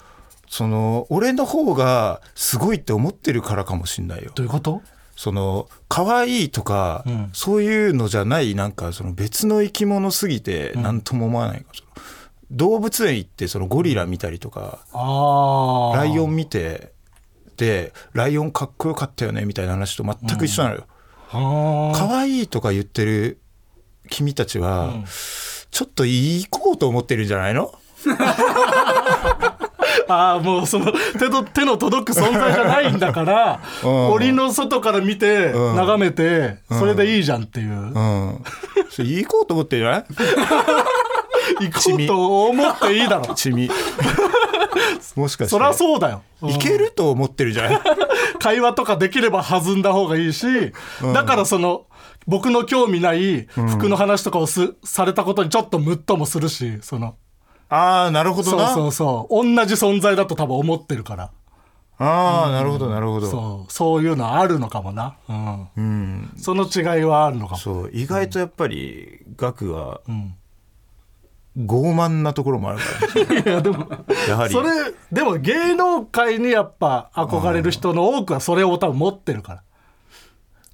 Speaker 2: その俺の方がすごいって思ってるからかもしんないよ
Speaker 3: どういうこと
Speaker 2: その可愛いとか、
Speaker 3: うん
Speaker 2: そういうのじゃないなんかその別の生き物すぎて
Speaker 3: ん
Speaker 2: 何とも思わないかも、その動物園行ってそのゴリラ見たりとか、
Speaker 3: ああ
Speaker 2: ライオン見てでライオンかっこよかったよねみたいな話と全く一緒なのよ、
Speaker 3: あ
Speaker 2: 可愛いとか言ってる君たちは、
Speaker 3: うん
Speaker 2: ちょっと行こうと思ってるんじゃないの
Speaker 3: あーもうその手の手の届く存在じゃないんだから、
Speaker 2: うん
Speaker 3: 檻の外から見て、
Speaker 2: うん
Speaker 3: 眺めてそれでいいじゃんっていう、
Speaker 2: うん。 それ行こうと思ってるじゃない
Speaker 3: 行こうと思っていいだ ろ
Speaker 2: チ ミ。もしかして。
Speaker 3: そりゃそうだよ、うん
Speaker 2: いけると思ってるじゃない
Speaker 3: 会話とかできれば弾んだ方がいいし、だからその僕の興味ない服の話とかをす、されたことにちょっとムッともするしその
Speaker 2: ああ、なるほど
Speaker 3: そう
Speaker 2: な。
Speaker 3: そうそう同じ存在だと多分思ってるから
Speaker 2: ああ、なるほど、なるほど。
Speaker 3: そうそういうのあるのかもな、うん、
Speaker 2: うん。
Speaker 3: その違いはあるのかも
Speaker 2: そう、意外とやっぱり、額は
Speaker 3: ん
Speaker 2: 傲慢なところもあるからね、
Speaker 3: いやでも
Speaker 2: やはり。
Speaker 3: それでも芸能界にやっぱ憧れる人の多くはそれを多分持ってるから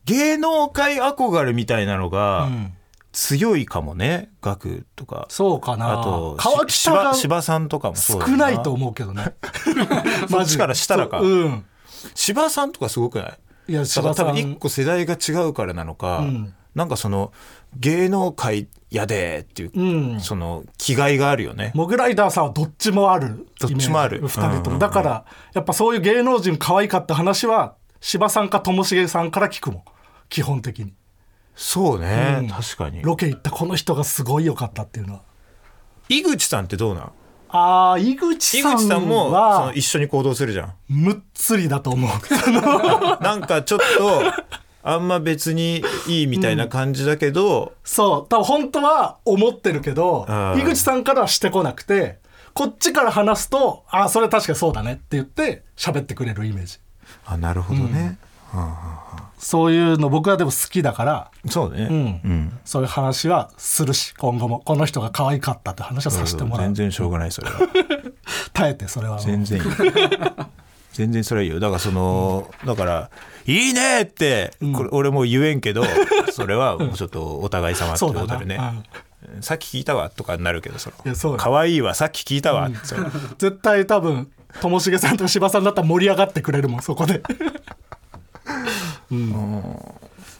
Speaker 2: 芸能界憧れみたいなのが
Speaker 3: ん
Speaker 2: 強いかもね、額とか。
Speaker 3: そうかな
Speaker 2: あと、
Speaker 3: 川
Speaker 2: し
Speaker 3: 北が
Speaker 2: 芝芝さんとかもそう
Speaker 3: 少
Speaker 2: だ
Speaker 3: ないと。思うけどね
Speaker 2: そっちからしたらか
Speaker 3: そううん
Speaker 2: 芝さんとかすごくない
Speaker 3: いや
Speaker 2: だから
Speaker 3: 柴
Speaker 2: 多
Speaker 3: さ
Speaker 2: 分一
Speaker 3: ん
Speaker 2: 個世代が違うからなのか、
Speaker 3: ん
Speaker 2: なんかその芸能界やでっていう、
Speaker 3: うん
Speaker 2: その気概があるよね。
Speaker 3: モグライダーさんはどっちもある
Speaker 2: どっちもある
Speaker 3: イメージ2人
Speaker 2: うんうんう
Speaker 3: とも
Speaker 2: ん
Speaker 3: だからやっぱそういう芸能人可愛かった話は柴さんかともしげさんから聞くもん基本的に
Speaker 2: そうね、
Speaker 3: うん
Speaker 2: 確かに。
Speaker 3: ロケ行ったこの人がすごい良かったっていうのは
Speaker 2: 井口さんってどうなん
Speaker 3: あー井口
Speaker 2: 井
Speaker 3: さんは
Speaker 2: 口さんもその一緒に行動するじゃん。
Speaker 3: むっつりだと思うその
Speaker 2: なんかちょっとあんま別にいいみたいな感じだけど、
Speaker 3: そう多分本当は思ってるけど
Speaker 2: うん
Speaker 3: 井口さんからはしてこなくてこっちから話すと「ああそれ確かにそうだね」って言って喋ってくれるイメージ
Speaker 2: あなるほどね。
Speaker 3: そういうの僕はでも好きだから
Speaker 2: そうね、
Speaker 3: ん
Speaker 2: うん
Speaker 3: そういう話はするし今後もこの人が可愛かったって話はさせてもらう
Speaker 2: 全然しょうがないそれ は。
Speaker 3: 耐えてそれはもう
Speaker 2: 全然いい全然それはいいよだからその、だから「いいね!」ってこれ俺もう言えん けど、それはもうちょっとお互い様ってこ
Speaker 3: そうだ
Speaker 2: と
Speaker 3: な、
Speaker 2: でね「さっき聞いたわ」とかになるけどそ
Speaker 3: いやそ
Speaker 2: の
Speaker 3: う
Speaker 2: 「
Speaker 3: よ
Speaker 2: 可愛いわさっき聞いたわ」ってそれ
Speaker 3: うん絶対多分ともしげさんと柴さんだったら盛り上がってくれるもんそこでうん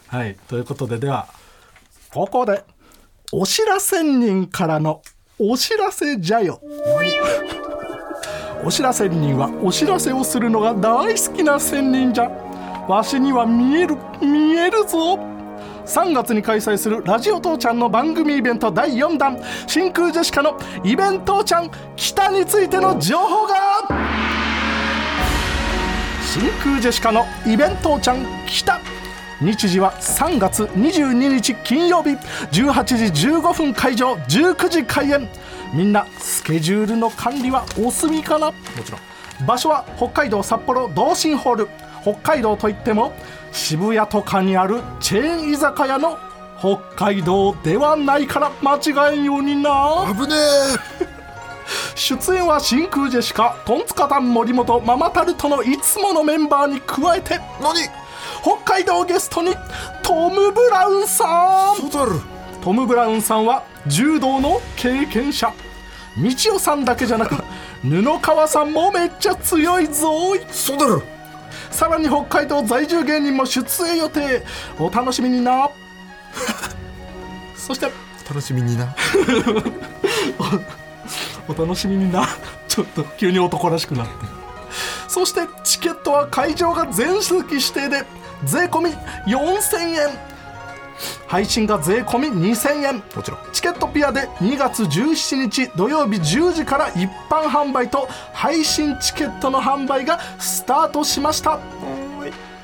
Speaker 3: はいということでではここでお知らせ人からのお知らせじゃよお知らせ人はお知らせをするのが大好きな仙人じゃわしには見える見えるぞ3月に開催するラジオ父ちゃんの番組イベント第4弾真空ジェシカのイベントちゃん北についての情報が真空ジェシカのイベントちゃん北日時は3月22日金曜日18時15分会場19時開演みんなスケジュールの管理はお済みかなもちろん場所は北海道札幌同心ホール北海道といっても渋谷とかにあるチェーン居酒屋の北海道ではないから間違えんようにな
Speaker 2: 危ね
Speaker 3: 出演は真空ジェシカトンツカタン森本ママタルトのいつものメンバーに加えて
Speaker 2: え何
Speaker 3: 北海道ゲストにトム・ブラウンさん
Speaker 2: 外ある
Speaker 3: トム・ブラウンさんは柔道の経験者道代さんだけじゃなく布川さんもめっちゃ強いぞい
Speaker 2: 外ある
Speaker 3: さらに北海道在住芸人も出演予定お楽しみにな そして
Speaker 2: 楽しみにな
Speaker 3: お 楽しみになちょっと急に男らしくなってそしてチケットは会場が全席指定で税込み4000円配信が税込み2000円
Speaker 2: もちろん
Speaker 3: チケットピアで2月17日土曜日10時から一般販売と配信チケットの販売がスタートしました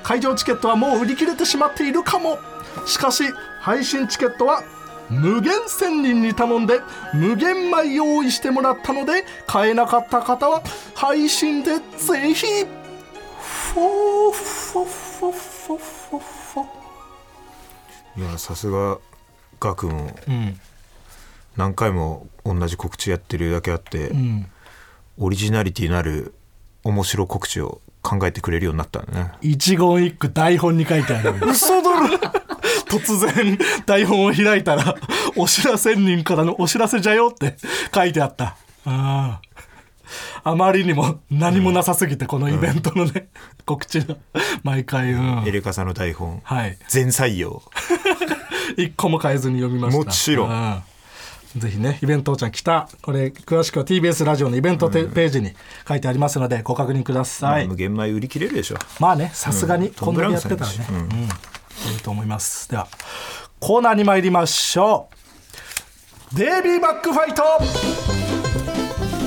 Speaker 3: 会場チケットはもう売り切れてしまっているかもしかし配信チケットは無限千人に頼んで無限米用意してもらったので買えなかった方は配信でぜひフォーフォフォフォフォフォ
Speaker 2: いやさすがガクも
Speaker 3: うん
Speaker 2: 何回も同じ告知やってるだけあって、
Speaker 3: うん
Speaker 2: オリジナリティのある面白告知を考えてくれるようになったんだね
Speaker 3: 一言一句台本に書いてある嘘だろ突然台本を開いたら「お知らせ人からのお知らせじゃよ」って書いてあったああまりにも何もなさすぎて、このイベントのね、告知が毎回うん
Speaker 2: エレカサの台本
Speaker 3: はい
Speaker 2: 全採用
Speaker 3: 一個も変えずに読みまし
Speaker 2: も
Speaker 3: た
Speaker 2: ちろん
Speaker 3: うんぜひねイベントちゃん来たこれ詳しくは TBS ラジオのイベントてページに書いてありますのでご確認ください、
Speaker 2: 無限米売り切れるでしょ
Speaker 3: まあねさすがにこんなにやってたらね、
Speaker 2: トムブラウンさんやし
Speaker 3: うんいいと思いますではコーナーに参りましょうデイビーバックファイト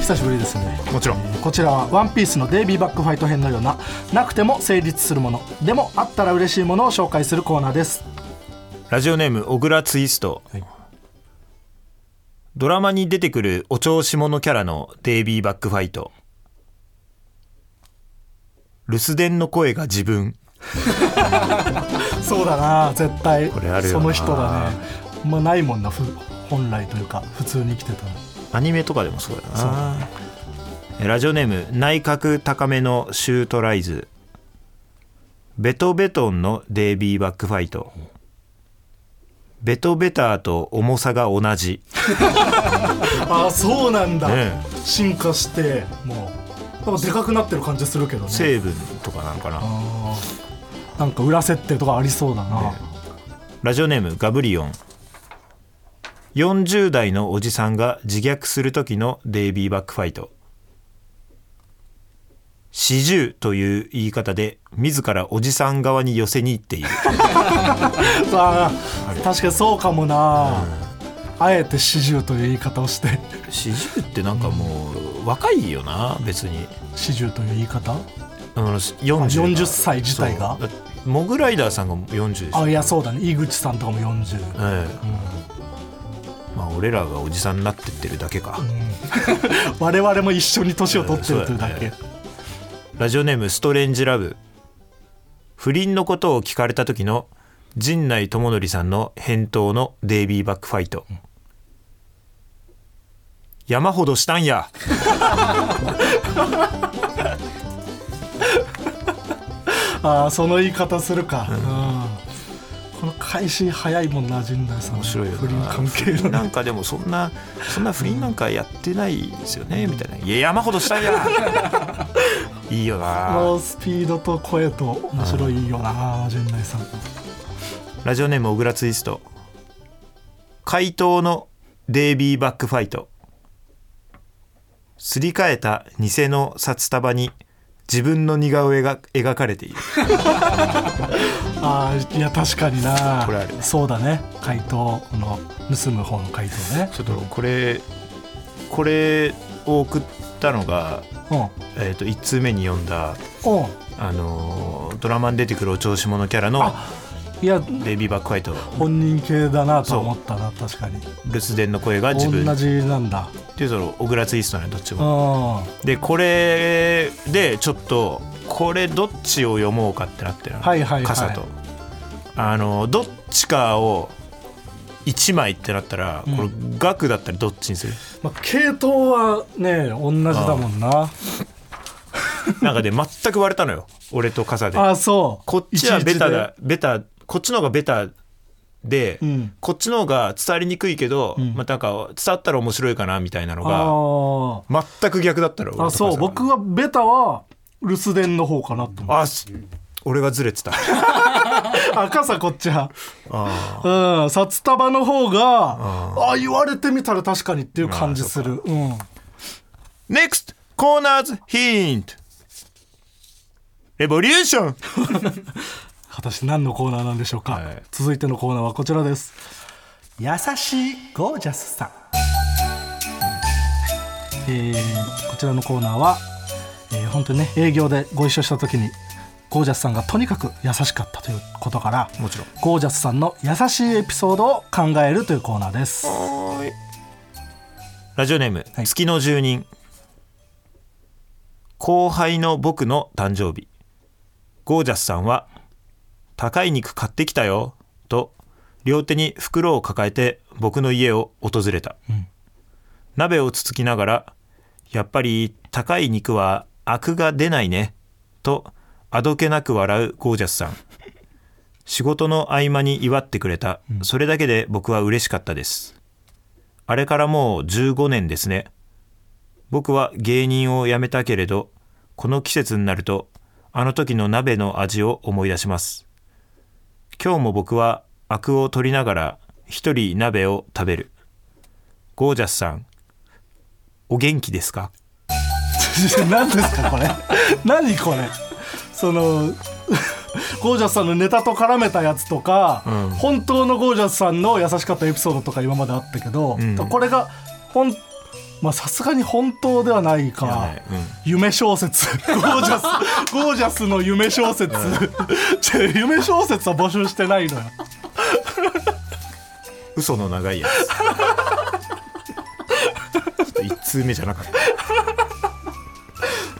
Speaker 3: 久しぶりですね
Speaker 2: もちろん
Speaker 3: こちらは「ワンピースのデイビーバックファイト編のようななくても成立するものでもあったら嬉しいものを紹介するコーナーです
Speaker 2: ラジオネーム小倉ツイスト、
Speaker 3: はい
Speaker 2: ドラマに出てくるお調子者キャラのデイビーバックファイト留守電の声が自分
Speaker 3: そうだな絶対
Speaker 2: これあるよ
Speaker 3: そ
Speaker 2: な
Speaker 3: の人だねまあないもんなふ本来というか普通に生きてたの
Speaker 2: アニメとかでもそうだなえラジオネーム内角高めのシュートライズベトベトンのデイビーバックファイトベトベターと重さが同じ
Speaker 3: ああそうなんだ、
Speaker 2: ね
Speaker 3: 進化してもうなんかでかくなってる感じするけどね
Speaker 2: 成分とかなのかな
Speaker 3: あーなんか裏設定とかありそうだな、
Speaker 2: ラジオネームガブリオン40代のおじさんが自虐する時のデイビーバックファイト四十という言い方で自らおじさん側に寄せに行っている
Speaker 3: あー確かにそうかもな、あえて四十という言い方をして
Speaker 2: 四十ってなんかもう若いよな別に
Speaker 3: 四十という言い方
Speaker 2: あの40が
Speaker 3: 40歳自体が
Speaker 2: そうだってモグライダーさんが40でしょ
Speaker 3: あいやそうだね井口さんとかも40、
Speaker 2: ええまあ俺らがおじさんになってってるだけか、
Speaker 3: 我々も一緒に年を取ってるというだけ、
Speaker 2: うんラジオネームストレンジラブ不倫のことを聞かれた時の陣内智則さんの返答のデイビーバックファイト、山ほどしたんや
Speaker 3: ああその言い方するか、うんこの返し早いもんな陣内さん面
Speaker 2: 白いよな
Speaker 3: 不倫関係の
Speaker 2: なんかでもそんなそんな不倫なんかやってないですよねみたいないや山ほどしたんや いいよな
Speaker 3: のスピードと声と面白いよな、陣内さん
Speaker 2: ラジオネーム小倉ツイスト回答のデイビーバックファイトすり替えた偽の札束に自分の似顔絵が描かれている
Speaker 3: ああいや確かにな
Speaker 2: これあるね
Speaker 3: そうだね回答この盗む方の回答ね
Speaker 2: ちょっとこれこれを送ったのが、
Speaker 3: うん
Speaker 2: えー、と1通目に読んだ、
Speaker 3: うん
Speaker 2: あのードラマに出てくるお調子者キャラの
Speaker 3: いや
Speaker 2: デイビーバックファイト
Speaker 3: 本人系だなと思ったな確かに
Speaker 2: 留守電の声が自分
Speaker 3: 同
Speaker 2: っ
Speaker 3: じなんだ
Speaker 2: ていうその小倉ツイストねどっち
Speaker 3: う
Speaker 2: も。
Speaker 3: んは
Speaker 2: でこれでちょっとこれどっちを読もうかってなってるの、
Speaker 3: はいはいはい
Speaker 2: 傘とあのどっちかを1枚ってなったら、これ額だったらどっちにする
Speaker 3: まあ、系統はね同じだもんな
Speaker 2: なんかで全く割れたのよ俺と傘で
Speaker 3: ああそう
Speaker 2: こっちはベタ
Speaker 3: いちい
Speaker 2: だベタこっちの方がベタで、
Speaker 3: うん
Speaker 2: こっちの方が伝わりにくいけど、
Speaker 3: んち
Speaker 2: まあ、なんか伝わったら面白いかなみたいなの
Speaker 3: であ
Speaker 2: が
Speaker 3: ー
Speaker 2: 全く逆だったの俺と
Speaker 3: あ
Speaker 2: 傘が
Speaker 3: そう僕はベタは留守電の方かなと思っ
Speaker 2: あす俺がずれてた
Speaker 3: て赤さこっちはうん札束の方があ言われてみたら確かにっていう感じするうん
Speaker 2: NEXT コーナーズヒントレボリューション
Speaker 3: 果たして何のコーナーなんでしょうか、
Speaker 4: はい
Speaker 3: 続いてのコーナーはこちらです優しいゴージャスさん、えーこちらのコーナーは、えー本当にね営業でご一緒した時にゴージャスさんがとにかく優しかったということから
Speaker 2: もちろん
Speaker 3: ゴージャスさんの優しいエピソードを考えるというコーナーです
Speaker 2: ラジオネーム、
Speaker 3: はい
Speaker 2: 月の住人後輩の僕の誕生日ゴージャスさんは「高い肉買ってきたよ」と両手に袋を抱えて僕の家を訪れた、鍋をつつきながら「やっぱり高い肉はアクが出ないね」とあどけなく笑うゴージャスさん仕事の合間に祝ってくれた、それだけで僕は嬉しかったですあれからもう15年ですね。僕は芸人を辞めたけれど、この季節になると、あの時の鍋の味を思い出します。今日も僕はアクを取りながら、一人鍋を食べる。ゴージャスさん、お元気ですか
Speaker 3: 何ですかこれ何これそのゴージャスさんのネタと絡めたやつとか、本当のゴージャスさんの優しかったエピソードとか今まであったけど、これがほんまあさすがに本当ではないか
Speaker 2: ないうん
Speaker 3: 夢小説ゴージャ スゴージャスの夢小説違う夢小説は募集してないのよ
Speaker 2: 嘘の長いやつ。 ちょっと1通目じゃなかっ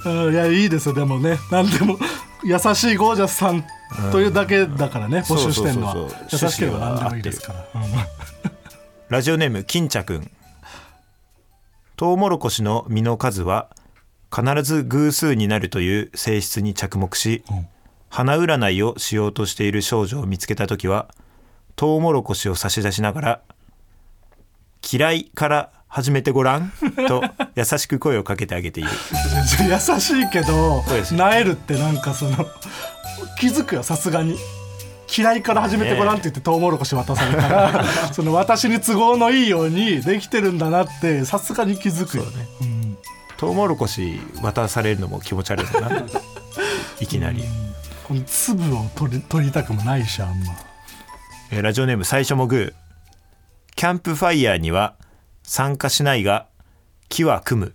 Speaker 2: た。
Speaker 3: うんいやいいですよでもね何でも優しいゴージャスさんというだけだからね、募集してるのは
Speaker 2: そうそうそう
Speaker 3: 優
Speaker 2: そう
Speaker 3: しければ何でもいいですから、うん
Speaker 2: ラジオネーム金茶くんトウモロコシの実の数は必ず偶数になるという性質に着目し、花占いをしようとしている少女を見つけた時はトウモロコシを差し出しながら「嫌いから始めてごらん」と優しく声をかけてあげている
Speaker 3: 優しいけど
Speaker 2: そうです
Speaker 3: なえるってなんかその気づくよさすがに嫌いから始めてごらんって言ってトウモロコシ渡されたら その私に都合のいいようにできてるんだなってさすがに気づくよね
Speaker 2: トウモロコシ渡されるのも気持ち悪いかないきなり、
Speaker 3: この粒を取り取りたくもないしあんま
Speaker 2: えーラジオネーム最初もグーキャンプファイヤーには参加しないが木は組む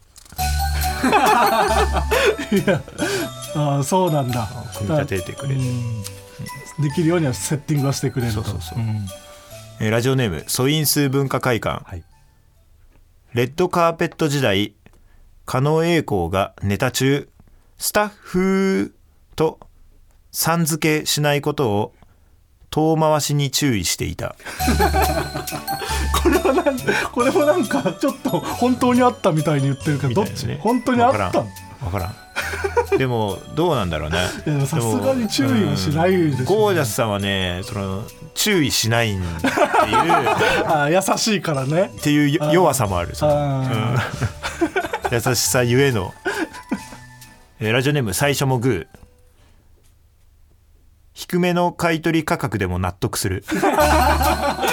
Speaker 3: ああそうなんだ
Speaker 2: 組み立ててくれる、
Speaker 3: できるようにはセッティングはしてくれると
Speaker 2: そうそうそうえーラジオネーム素因数文化会館、
Speaker 3: はい
Speaker 2: レッドカーペット時代狩野英孝がネタ中スタッフーとさん付けしないことを遠回しに注意していた
Speaker 3: これはなんこれもなんかちょっと本当にあったみたいに言ってるけどどっち、
Speaker 2: みたいなね
Speaker 3: 本当にあっ
Speaker 2: わ
Speaker 3: た
Speaker 2: か
Speaker 3: の
Speaker 2: らんわからんでもどうなんだろうね
Speaker 3: いやさすがに注意はしないでしょ
Speaker 2: うんゴージャスさんはねその注意しないんっていう っ
Speaker 3: ああ優しいからね
Speaker 2: ていうよ弱さもあるその
Speaker 3: あ
Speaker 2: 優しさゆえのえーラジオネーム最初もグー低めの買取価格でも納得する
Speaker 3: ー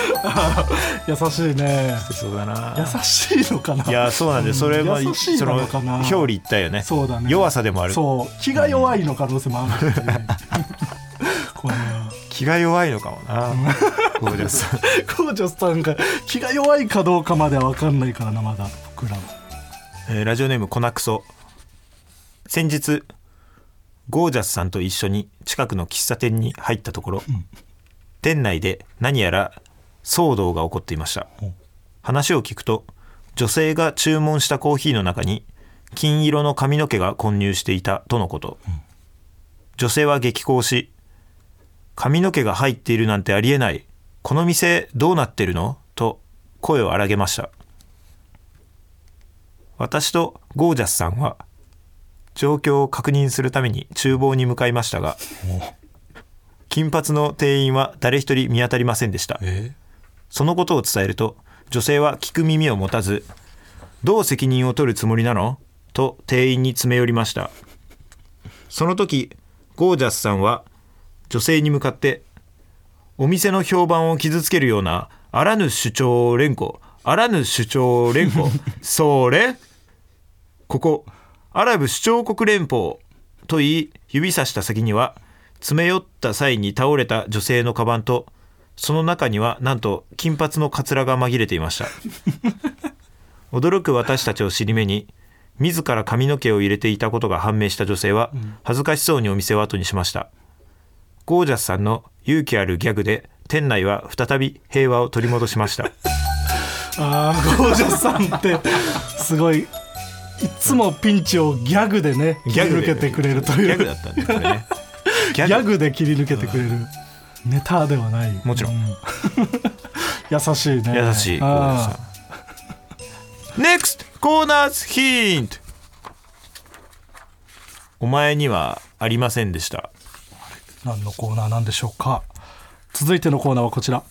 Speaker 3: 優しいね
Speaker 2: そうだな
Speaker 3: 優しいのかないい
Speaker 2: やそうなんでそれは
Speaker 3: 優しい
Speaker 2: その
Speaker 3: のかな
Speaker 2: 表裏一体よね
Speaker 3: そうだね
Speaker 2: 弱さでもある
Speaker 3: そう気が弱いの可能性もあるっ ていうねこれは
Speaker 2: 気が弱いのかもなゴージャスさん
Speaker 3: ゴージャスさんが気が弱いかどうかまでは分かんないからなまだ僕らは
Speaker 2: えーラジオネームコナクソ先日ゴージャスさんと一緒に近くの喫茶店に入ったところ、店内で何やら騒動が起こっていました、話を聞くと女性が注文したコーヒーの中に金色の髪の毛が混入していたとのこと、女性は激高し髪の毛が入っているなんてありえないこの店どうなってるのと声を荒げました私とゴージャスさんは状況を確認するために厨房に向かいましたが金髪の店員は誰一人見当たりませんでしたそのことを伝えると女性は聞く耳を持たず「どう責任を取るつもりなの?」と店員に詰め寄りましたその時ゴージャスさんは女性に向かってお店の評判を傷つけるようなあらぬ主張連呼あらぬ主張連呼それここアラブ首長国連邦と言い指さした先には詰め寄った際に倒れた女性のカバンとその中にはなんと金髪のカツラが紛れていました 驚く私たちを尻目に自ら髪の毛を入れていたことが判明した女性は恥ずかしそうにお店を後にしましたゴージャスさんの勇気あるギャグで店内は再び平和を取り戻しました
Speaker 3: あーゴージャスさんってすごいいつもピンチを ギャグでね切り抜けてくれると
Speaker 2: ギ
Speaker 3: い
Speaker 2: ャ
Speaker 3: う
Speaker 2: グだったんです ねギ
Speaker 3: ギャグで切り抜けてくれる、ネタではない
Speaker 2: もちろん
Speaker 3: う優しいね
Speaker 2: 優しいゴージャ
Speaker 3: あ
Speaker 2: スさん NEXT コーナーズヒントお前にはありませんでした
Speaker 3: ー何のコーナーなんでしょうか続いてのコーナーはこちら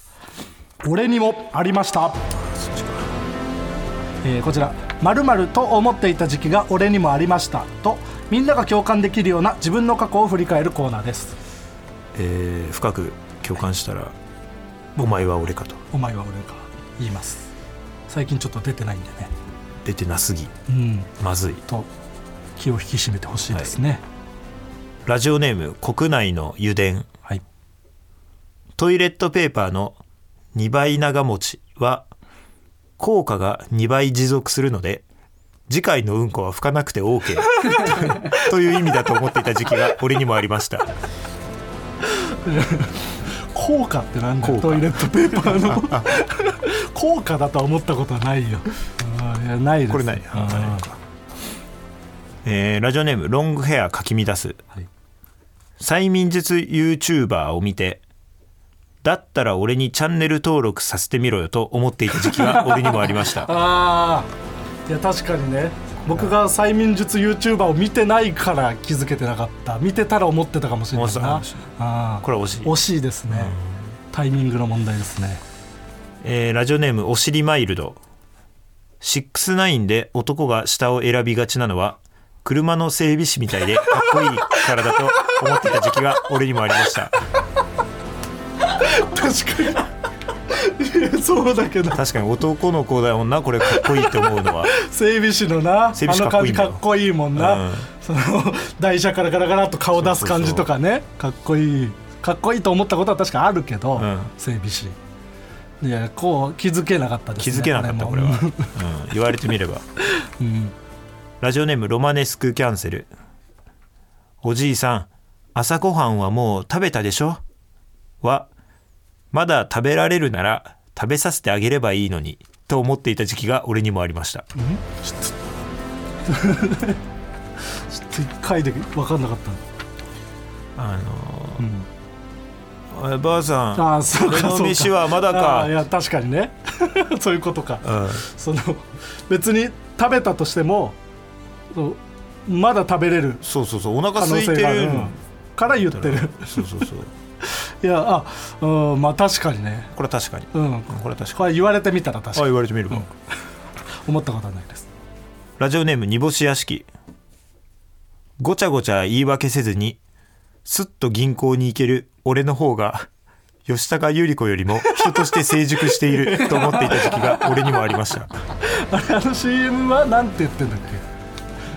Speaker 3: 俺にもありましたえーこちら「まると思っていた時期が俺にもありました」とみんなが共感できるような自分の過去を振り返るコーナーです
Speaker 2: えー深く共感したらお前は俺かと
Speaker 3: お前は俺か言います最近ちょっと出てないんでね
Speaker 2: 出てなすぎ
Speaker 3: うん
Speaker 2: まずい
Speaker 3: と気を引き締めてほしいですね
Speaker 2: ラジオネーム国内の油田
Speaker 3: はい、
Speaker 2: トイレットペーパーの2倍長持ちは効果が2倍持続するので次回のうんこは拭かなくて OK という意味だと思っていた時期が俺にもありました
Speaker 3: 効果ってなんだ
Speaker 2: 効
Speaker 3: よ
Speaker 2: 果
Speaker 3: トイレットペーパーの 効果だとは思ったことはないようんいやないです
Speaker 2: これない
Speaker 3: うん
Speaker 2: えーラジオネームロングヘアかき乱す、
Speaker 3: はい
Speaker 2: 催眠術 YouTuber を見てだったら俺にチャンネル登録させてみろよと思っていた時期が俺にもありまし た
Speaker 3: ああいや確かにね僕が催眠術 YouTuber を見てないから気づけてなかった見てたら思ってたかもしれない
Speaker 2: 思ってたか
Speaker 3: な
Speaker 2: もしれない
Speaker 3: あー
Speaker 2: これは惜しい
Speaker 3: 惜しいですねタイミングの問題ですね
Speaker 2: えーラジオネームおしりマイルド69で男が下を選びがちなのは車の整備士みたいでかっこいいからだと思っていた時期が俺にもありました
Speaker 3: 確かにいや そうだ けど
Speaker 2: 確かに男の子だもんなこれかっこいいと思うのは
Speaker 3: 整備士のな
Speaker 2: 整備士
Speaker 3: あの
Speaker 2: かっこ
Speaker 3: 感
Speaker 2: いいん
Speaker 3: じ
Speaker 2: だよ
Speaker 3: かっこいいもんな、
Speaker 2: うん
Speaker 3: その台車からガラガラっと顔出す感じとかねかっこいいかっこいいと思ったことは確かあるけど、
Speaker 2: うん
Speaker 3: 整備士いやこう気づけなかったです
Speaker 2: 気
Speaker 3: ね
Speaker 2: づけなかったこれは、うん、言われてみれば
Speaker 3: うん
Speaker 2: ラジオネームロマネスクキャンセルおじいさん朝ごはんはもう食べたでしょはまだ食べられるなら食べさせてあげればいいのにと思っていた時期が俺にもありました
Speaker 3: ちょっと一回で分かんなかった
Speaker 2: あ
Speaker 3: の、うん、
Speaker 2: のおいばあさん
Speaker 3: ああそうか
Speaker 2: 俺
Speaker 3: そう
Speaker 2: の
Speaker 3: か
Speaker 2: 飯はまだ
Speaker 3: あーい
Speaker 2: か
Speaker 3: や確かにね そういうことか
Speaker 2: うん
Speaker 3: その別に食べたとしてもそうまだ食べれる
Speaker 2: そうそうそうお腹
Speaker 3: 可能
Speaker 2: 空いて
Speaker 3: 性がある
Speaker 2: る
Speaker 3: うんから言ってる
Speaker 2: そうそうそう
Speaker 3: いやあうんまあ確かにね
Speaker 2: これは確かに
Speaker 3: うん
Speaker 2: これは確か
Speaker 3: これ言われてみたら
Speaker 2: に
Speaker 3: 確
Speaker 2: あ
Speaker 3: かに
Speaker 2: 言われてみれば、
Speaker 3: うん思ったことはないです
Speaker 2: ラジオネーム煮干し屋敷ごちゃごちゃ言い訳せずにすっと銀行に行ける俺の方が吉高由里子よりも人として成熟していると思っていた時期が俺にもありました
Speaker 3: あれあの CM はなんて言ってんだっ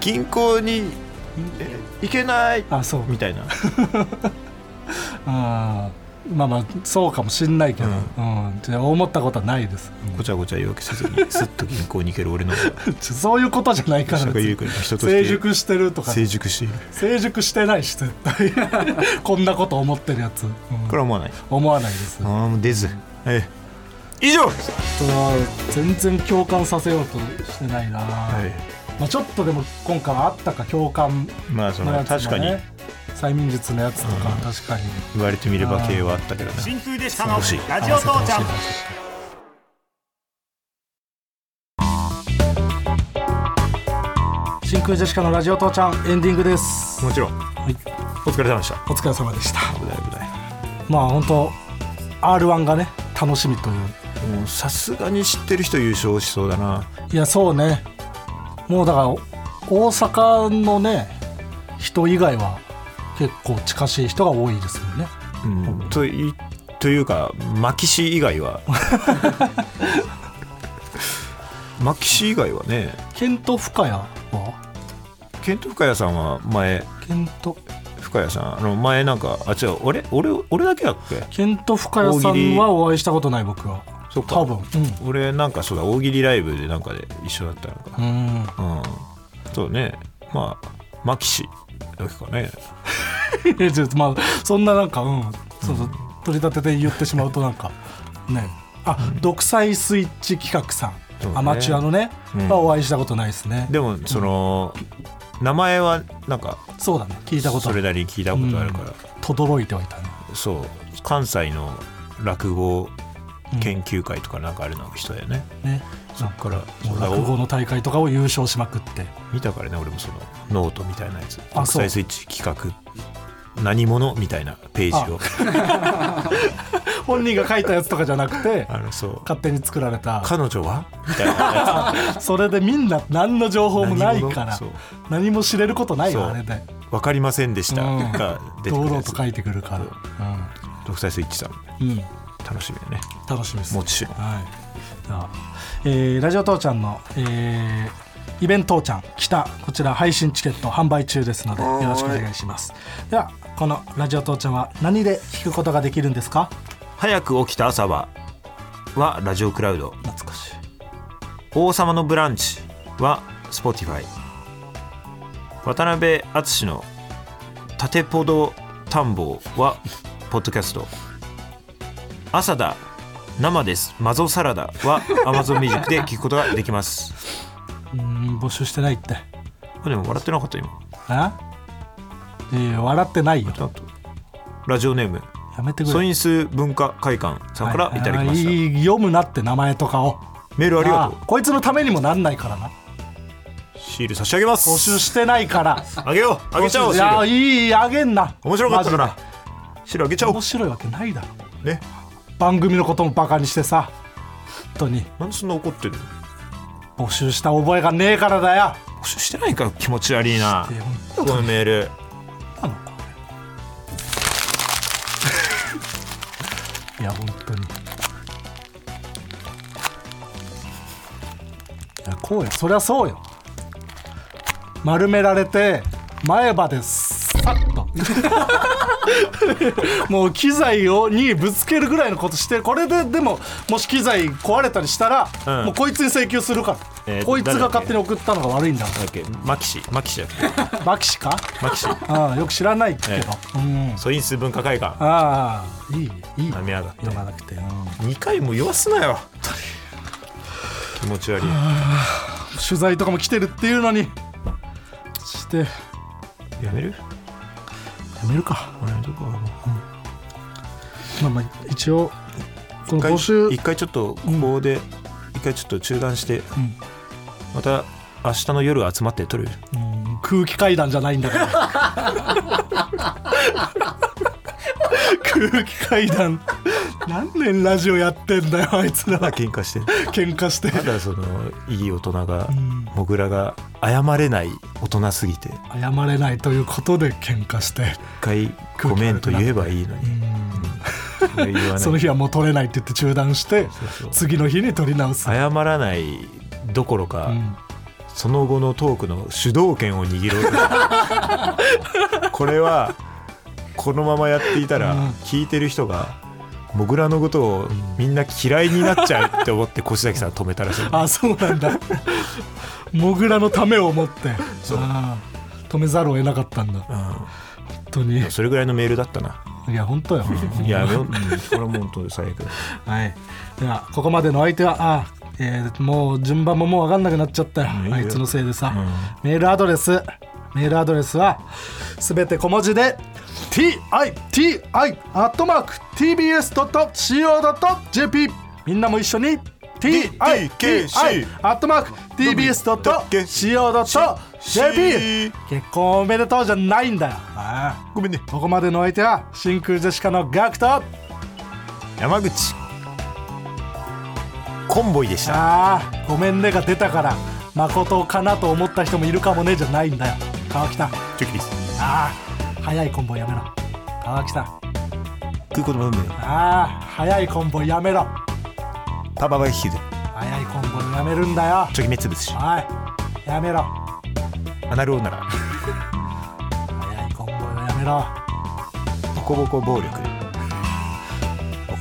Speaker 3: け
Speaker 2: 銀行にえ行けない
Speaker 3: あそう
Speaker 2: みたいな
Speaker 3: あーまあまあそうかもしんないけど、うんじゃあ思ったことはないです、
Speaker 2: ごちゃごちゃ言い訳せずにすっと銀行に行ける俺の方が
Speaker 3: うんちょそういうことじゃないか
Speaker 2: 吉
Speaker 3: ら
Speaker 2: 高由里
Speaker 3: 別
Speaker 2: 子よ
Speaker 3: に
Speaker 2: りも人として
Speaker 3: 成熟してるとか
Speaker 2: 成熟している
Speaker 3: 成熟してないし絶対 こんなこと思ってるやつ、うん
Speaker 2: これは思わない
Speaker 3: 思わないです、
Speaker 2: ああもう出ずええ以上
Speaker 3: それは全然共感させようとしてないな、まあ、ちょっとでも今回はあったか共感
Speaker 2: まあそ
Speaker 3: の
Speaker 2: の
Speaker 3: やつ
Speaker 2: 確か
Speaker 3: も
Speaker 2: に
Speaker 3: ね催眠術のやつとか、確かに
Speaker 2: 言われてみれば系はあったけどね
Speaker 5: 真空でしたの
Speaker 2: 欲しい
Speaker 5: ラジオ父ちゃん
Speaker 3: 真空ジェシカのラジオ父ちゃんエンディングです
Speaker 2: もちろん
Speaker 3: はい
Speaker 2: お疲れ様でした
Speaker 3: お疲れ様でした
Speaker 2: 危ない危ない
Speaker 3: まあ本当 r 1がね楽しみという
Speaker 2: もうさすがに知ってる人優勝しそうだない
Speaker 3: やそうねもうだからお大阪のね人以外は結構近しい人が多いですよね
Speaker 2: うん、といというかマキシ以外 はマキシ以外はね
Speaker 3: ケント・フカヤは
Speaker 2: ケント深谷さんは前
Speaker 3: ケント
Speaker 2: 深谷さんあの前なんかあ違う俺俺俺だけだっけ
Speaker 3: ケント・フカヤさ
Speaker 2: 大喜
Speaker 3: ん
Speaker 2: 利
Speaker 3: はお会いしたことない僕は
Speaker 2: そっか
Speaker 3: 多分
Speaker 2: 俺なんかそうだ大喜利ライブでなんかで一緒だったのか
Speaker 3: うんうん
Speaker 2: うんそうねまあマキシだけかね
Speaker 3: え ちょっとまあそんななんかうんそうそう取り立てて言ってしまうとなんかねあ、独裁スイッチ企画さん、
Speaker 2: そうね
Speaker 3: アマチュアのね、
Speaker 2: うん
Speaker 3: はお会いしたことないですね
Speaker 2: でもその名前はなんか
Speaker 3: そうだね聞いたこと
Speaker 2: そ
Speaker 3: あ
Speaker 2: れ
Speaker 3: る
Speaker 2: なりに聞いたことあるから、
Speaker 3: とどろいてはいたね
Speaker 2: そう関西の落語
Speaker 3: うん
Speaker 2: 研究会とかなんかあるの人だよね、
Speaker 3: ね
Speaker 2: そっから
Speaker 3: もう
Speaker 2: そう
Speaker 3: 落語の大会とかを優勝しまくって
Speaker 2: 見たからね俺もそのノートみたいなやつ
Speaker 3: あ
Speaker 2: 国
Speaker 3: そう
Speaker 2: 際スイッチ企画何者みたいなページを
Speaker 3: 本人が書いたやつとかじゃなくて
Speaker 2: あのそう
Speaker 3: 勝手に作られた
Speaker 2: 彼女はみたいなや
Speaker 3: それでみんな何の情報もないから
Speaker 2: 何者
Speaker 3: 何も知れることないよ
Speaker 2: そう
Speaker 3: あれで
Speaker 2: つ分かりませんでした
Speaker 3: うん
Speaker 2: が出てく
Speaker 3: 堂
Speaker 2: る
Speaker 3: 々
Speaker 2: やつ
Speaker 3: と書いてくるから
Speaker 2: 独裁スイッチさん
Speaker 3: うん、うん、
Speaker 2: 楽しみだね
Speaker 3: 楽しみです
Speaker 2: もちろん
Speaker 3: はい、じゃあ、えーラジオ父ちゃんの、えーイベント父ちゃん北こちら配信チケット販売中ですのでよろしくお願いしますではこのラジオ父ちゃんは何で聞くことができるんですか
Speaker 2: 早く起きた朝ははラジオクラウド
Speaker 3: 懐かしい
Speaker 2: 王様のブランチは Spotify 渡辺淳の縦ポド田んぼはポッドキャスト朝だ生ですマゾサラダは Amazon Music で聞くことができます
Speaker 3: うーん募集してないって
Speaker 2: あでも笑ってなかった今
Speaker 3: あいやいや笑ってないよ
Speaker 2: ちょっとラジオネーム
Speaker 3: やめてくれ
Speaker 2: ソインス文化会館さんからいただきました、
Speaker 3: はいはい読むなって名前とかを
Speaker 2: メールありがと
Speaker 3: あこいつのためにもなんないからな
Speaker 2: うシール差し上げます
Speaker 3: 募集してないから
Speaker 2: あげようあげ ちゃおう
Speaker 3: い
Speaker 2: シー
Speaker 3: や
Speaker 2: ル
Speaker 3: いいあげんな
Speaker 2: 面白かったか
Speaker 3: マ
Speaker 2: らシールあげちゃ
Speaker 3: ジ
Speaker 2: お
Speaker 3: で面白いわけないだろ
Speaker 2: うね
Speaker 3: 番組のこともバカにしてさ本当に
Speaker 2: なんでそんな怒ってるの
Speaker 3: 募集した覚えがねえからだよ
Speaker 2: 募集してないから気持ち悪いな
Speaker 3: してよ
Speaker 2: このメール
Speaker 3: なのか 俺いや本当にいやこうよそりゃそうよ丸められて前歯でさ っともう機材をにぶつけるぐらいのことしてこれででももし機材壊れたりしたら、
Speaker 2: うん
Speaker 3: もうこいつに請求するから、
Speaker 2: えー
Speaker 3: こいつが勝手
Speaker 2: 誰
Speaker 3: に
Speaker 2: だ
Speaker 3: 送ったのが悪い んだか
Speaker 2: だっけマキシマキシだっけ
Speaker 3: らマキシか
Speaker 2: マキシ
Speaker 3: ああよく知らないけど、
Speaker 2: え
Speaker 3: うん
Speaker 2: ソインス文化会館
Speaker 3: ああいいいい
Speaker 2: 舐めやがって
Speaker 3: 読まなくて、うん、
Speaker 2: 2回も言わすなよ気持ち悪い
Speaker 3: 取材とかも来てるっていうのにそしてや
Speaker 2: やめる
Speaker 3: めるか
Speaker 2: 俺のとこはも
Speaker 3: まあまあ一応こ
Speaker 2: う
Speaker 3: の
Speaker 2: 一回
Speaker 3: 募集
Speaker 2: 一回ちょっとここで一回ちょっと中断して
Speaker 3: ん
Speaker 2: また明日の夜集まって撮る
Speaker 3: うん空気階段じゃないん だから空気階段何年ラジオやってんだよあいつら
Speaker 2: まだ喧嘩してる
Speaker 3: 喧嘩して
Speaker 2: まだそのいい大人がモグラが謝れない大人すぎて一
Speaker 3: 謝れないということで喧嘩して
Speaker 2: 回ごめんと言えばいいのにそれ言わな
Speaker 3: そ
Speaker 2: い
Speaker 3: の日はもう取れないって言って中断して
Speaker 2: そうそう
Speaker 3: 次の日に取り直す、
Speaker 2: 謝らないどころか、
Speaker 3: うん
Speaker 2: その後のトークの主導権を握ろうとして るこれはこのままやっていたら
Speaker 3: うん
Speaker 2: 聞いてる人がモグラのことをみんな嫌いになっちゃうって思って越崎さん止めたらしい
Speaker 3: あそうなんだモグラのためを思って
Speaker 2: そう
Speaker 3: あー止めざるを得なかったんだ
Speaker 2: う
Speaker 3: 本当に
Speaker 2: ん、それぐらいのメールだったな。
Speaker 3: いや本当 よ
Speaker 2: いや、うん、これはもう本当最悪だ。
Speaker 3: はいではここまでの相手はあーえーもう順番ももう分かんなくなっちゃったよ
Speaker 2: いいよ
Speaker 3: あいつのせいでさ、メールアドレスメールアドレスはすべて小文字で titi.tbs.co.jp みんなも一緒に titi.tbs.co.jp 結婚おめでとうじゃないんだよあ
Speaker 2: ごめんね
Speaker 3: あ。ここまでのお相手は真空ジェシカのガクトあ
Speaker 2: 山口。コンボイでした。
Speaker 3: あごめんねが出たから誠かなと思った人もいるかもねじゃないんだよ川北
Speaker 2: チョキです。
Speaker 3: ああ早いコンボやめろ川木さん
Speaker 2: 空港の運命
Speaker 3: ああ早いコンボやめろ
Speaker 2: パパバヒル
Speaker 3: 早いコンボやめるんだよ
Speaker 2: チョキメツブシ
Speaker 3: はいやめろ
Speaker 2: アナルオナラ
Speaker 3: 早いコンボやめろ
Speaker 2: ボコボコ暴力ボ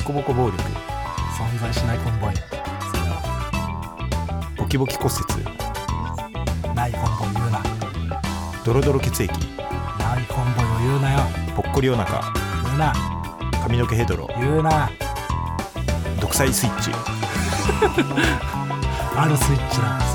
Speaker 2: コボコ暴力
Speaker 3: 存在しないコンボイそれは
Speaker 2: ボキボキ骨折
Speaker 3: ないコンボ言うな
Speaker 2: ドロドロ血液
Speaker 3: ないコンボを言うなよ
Speaker 2: ぽっこりお腹
Speaker 3: 言うな
Speaker 2: 髪の毛ヘドロ
Speaker 3: 言うな
Speaker 2: 独裁スイッチ
Speaker 3: あるスイッチだ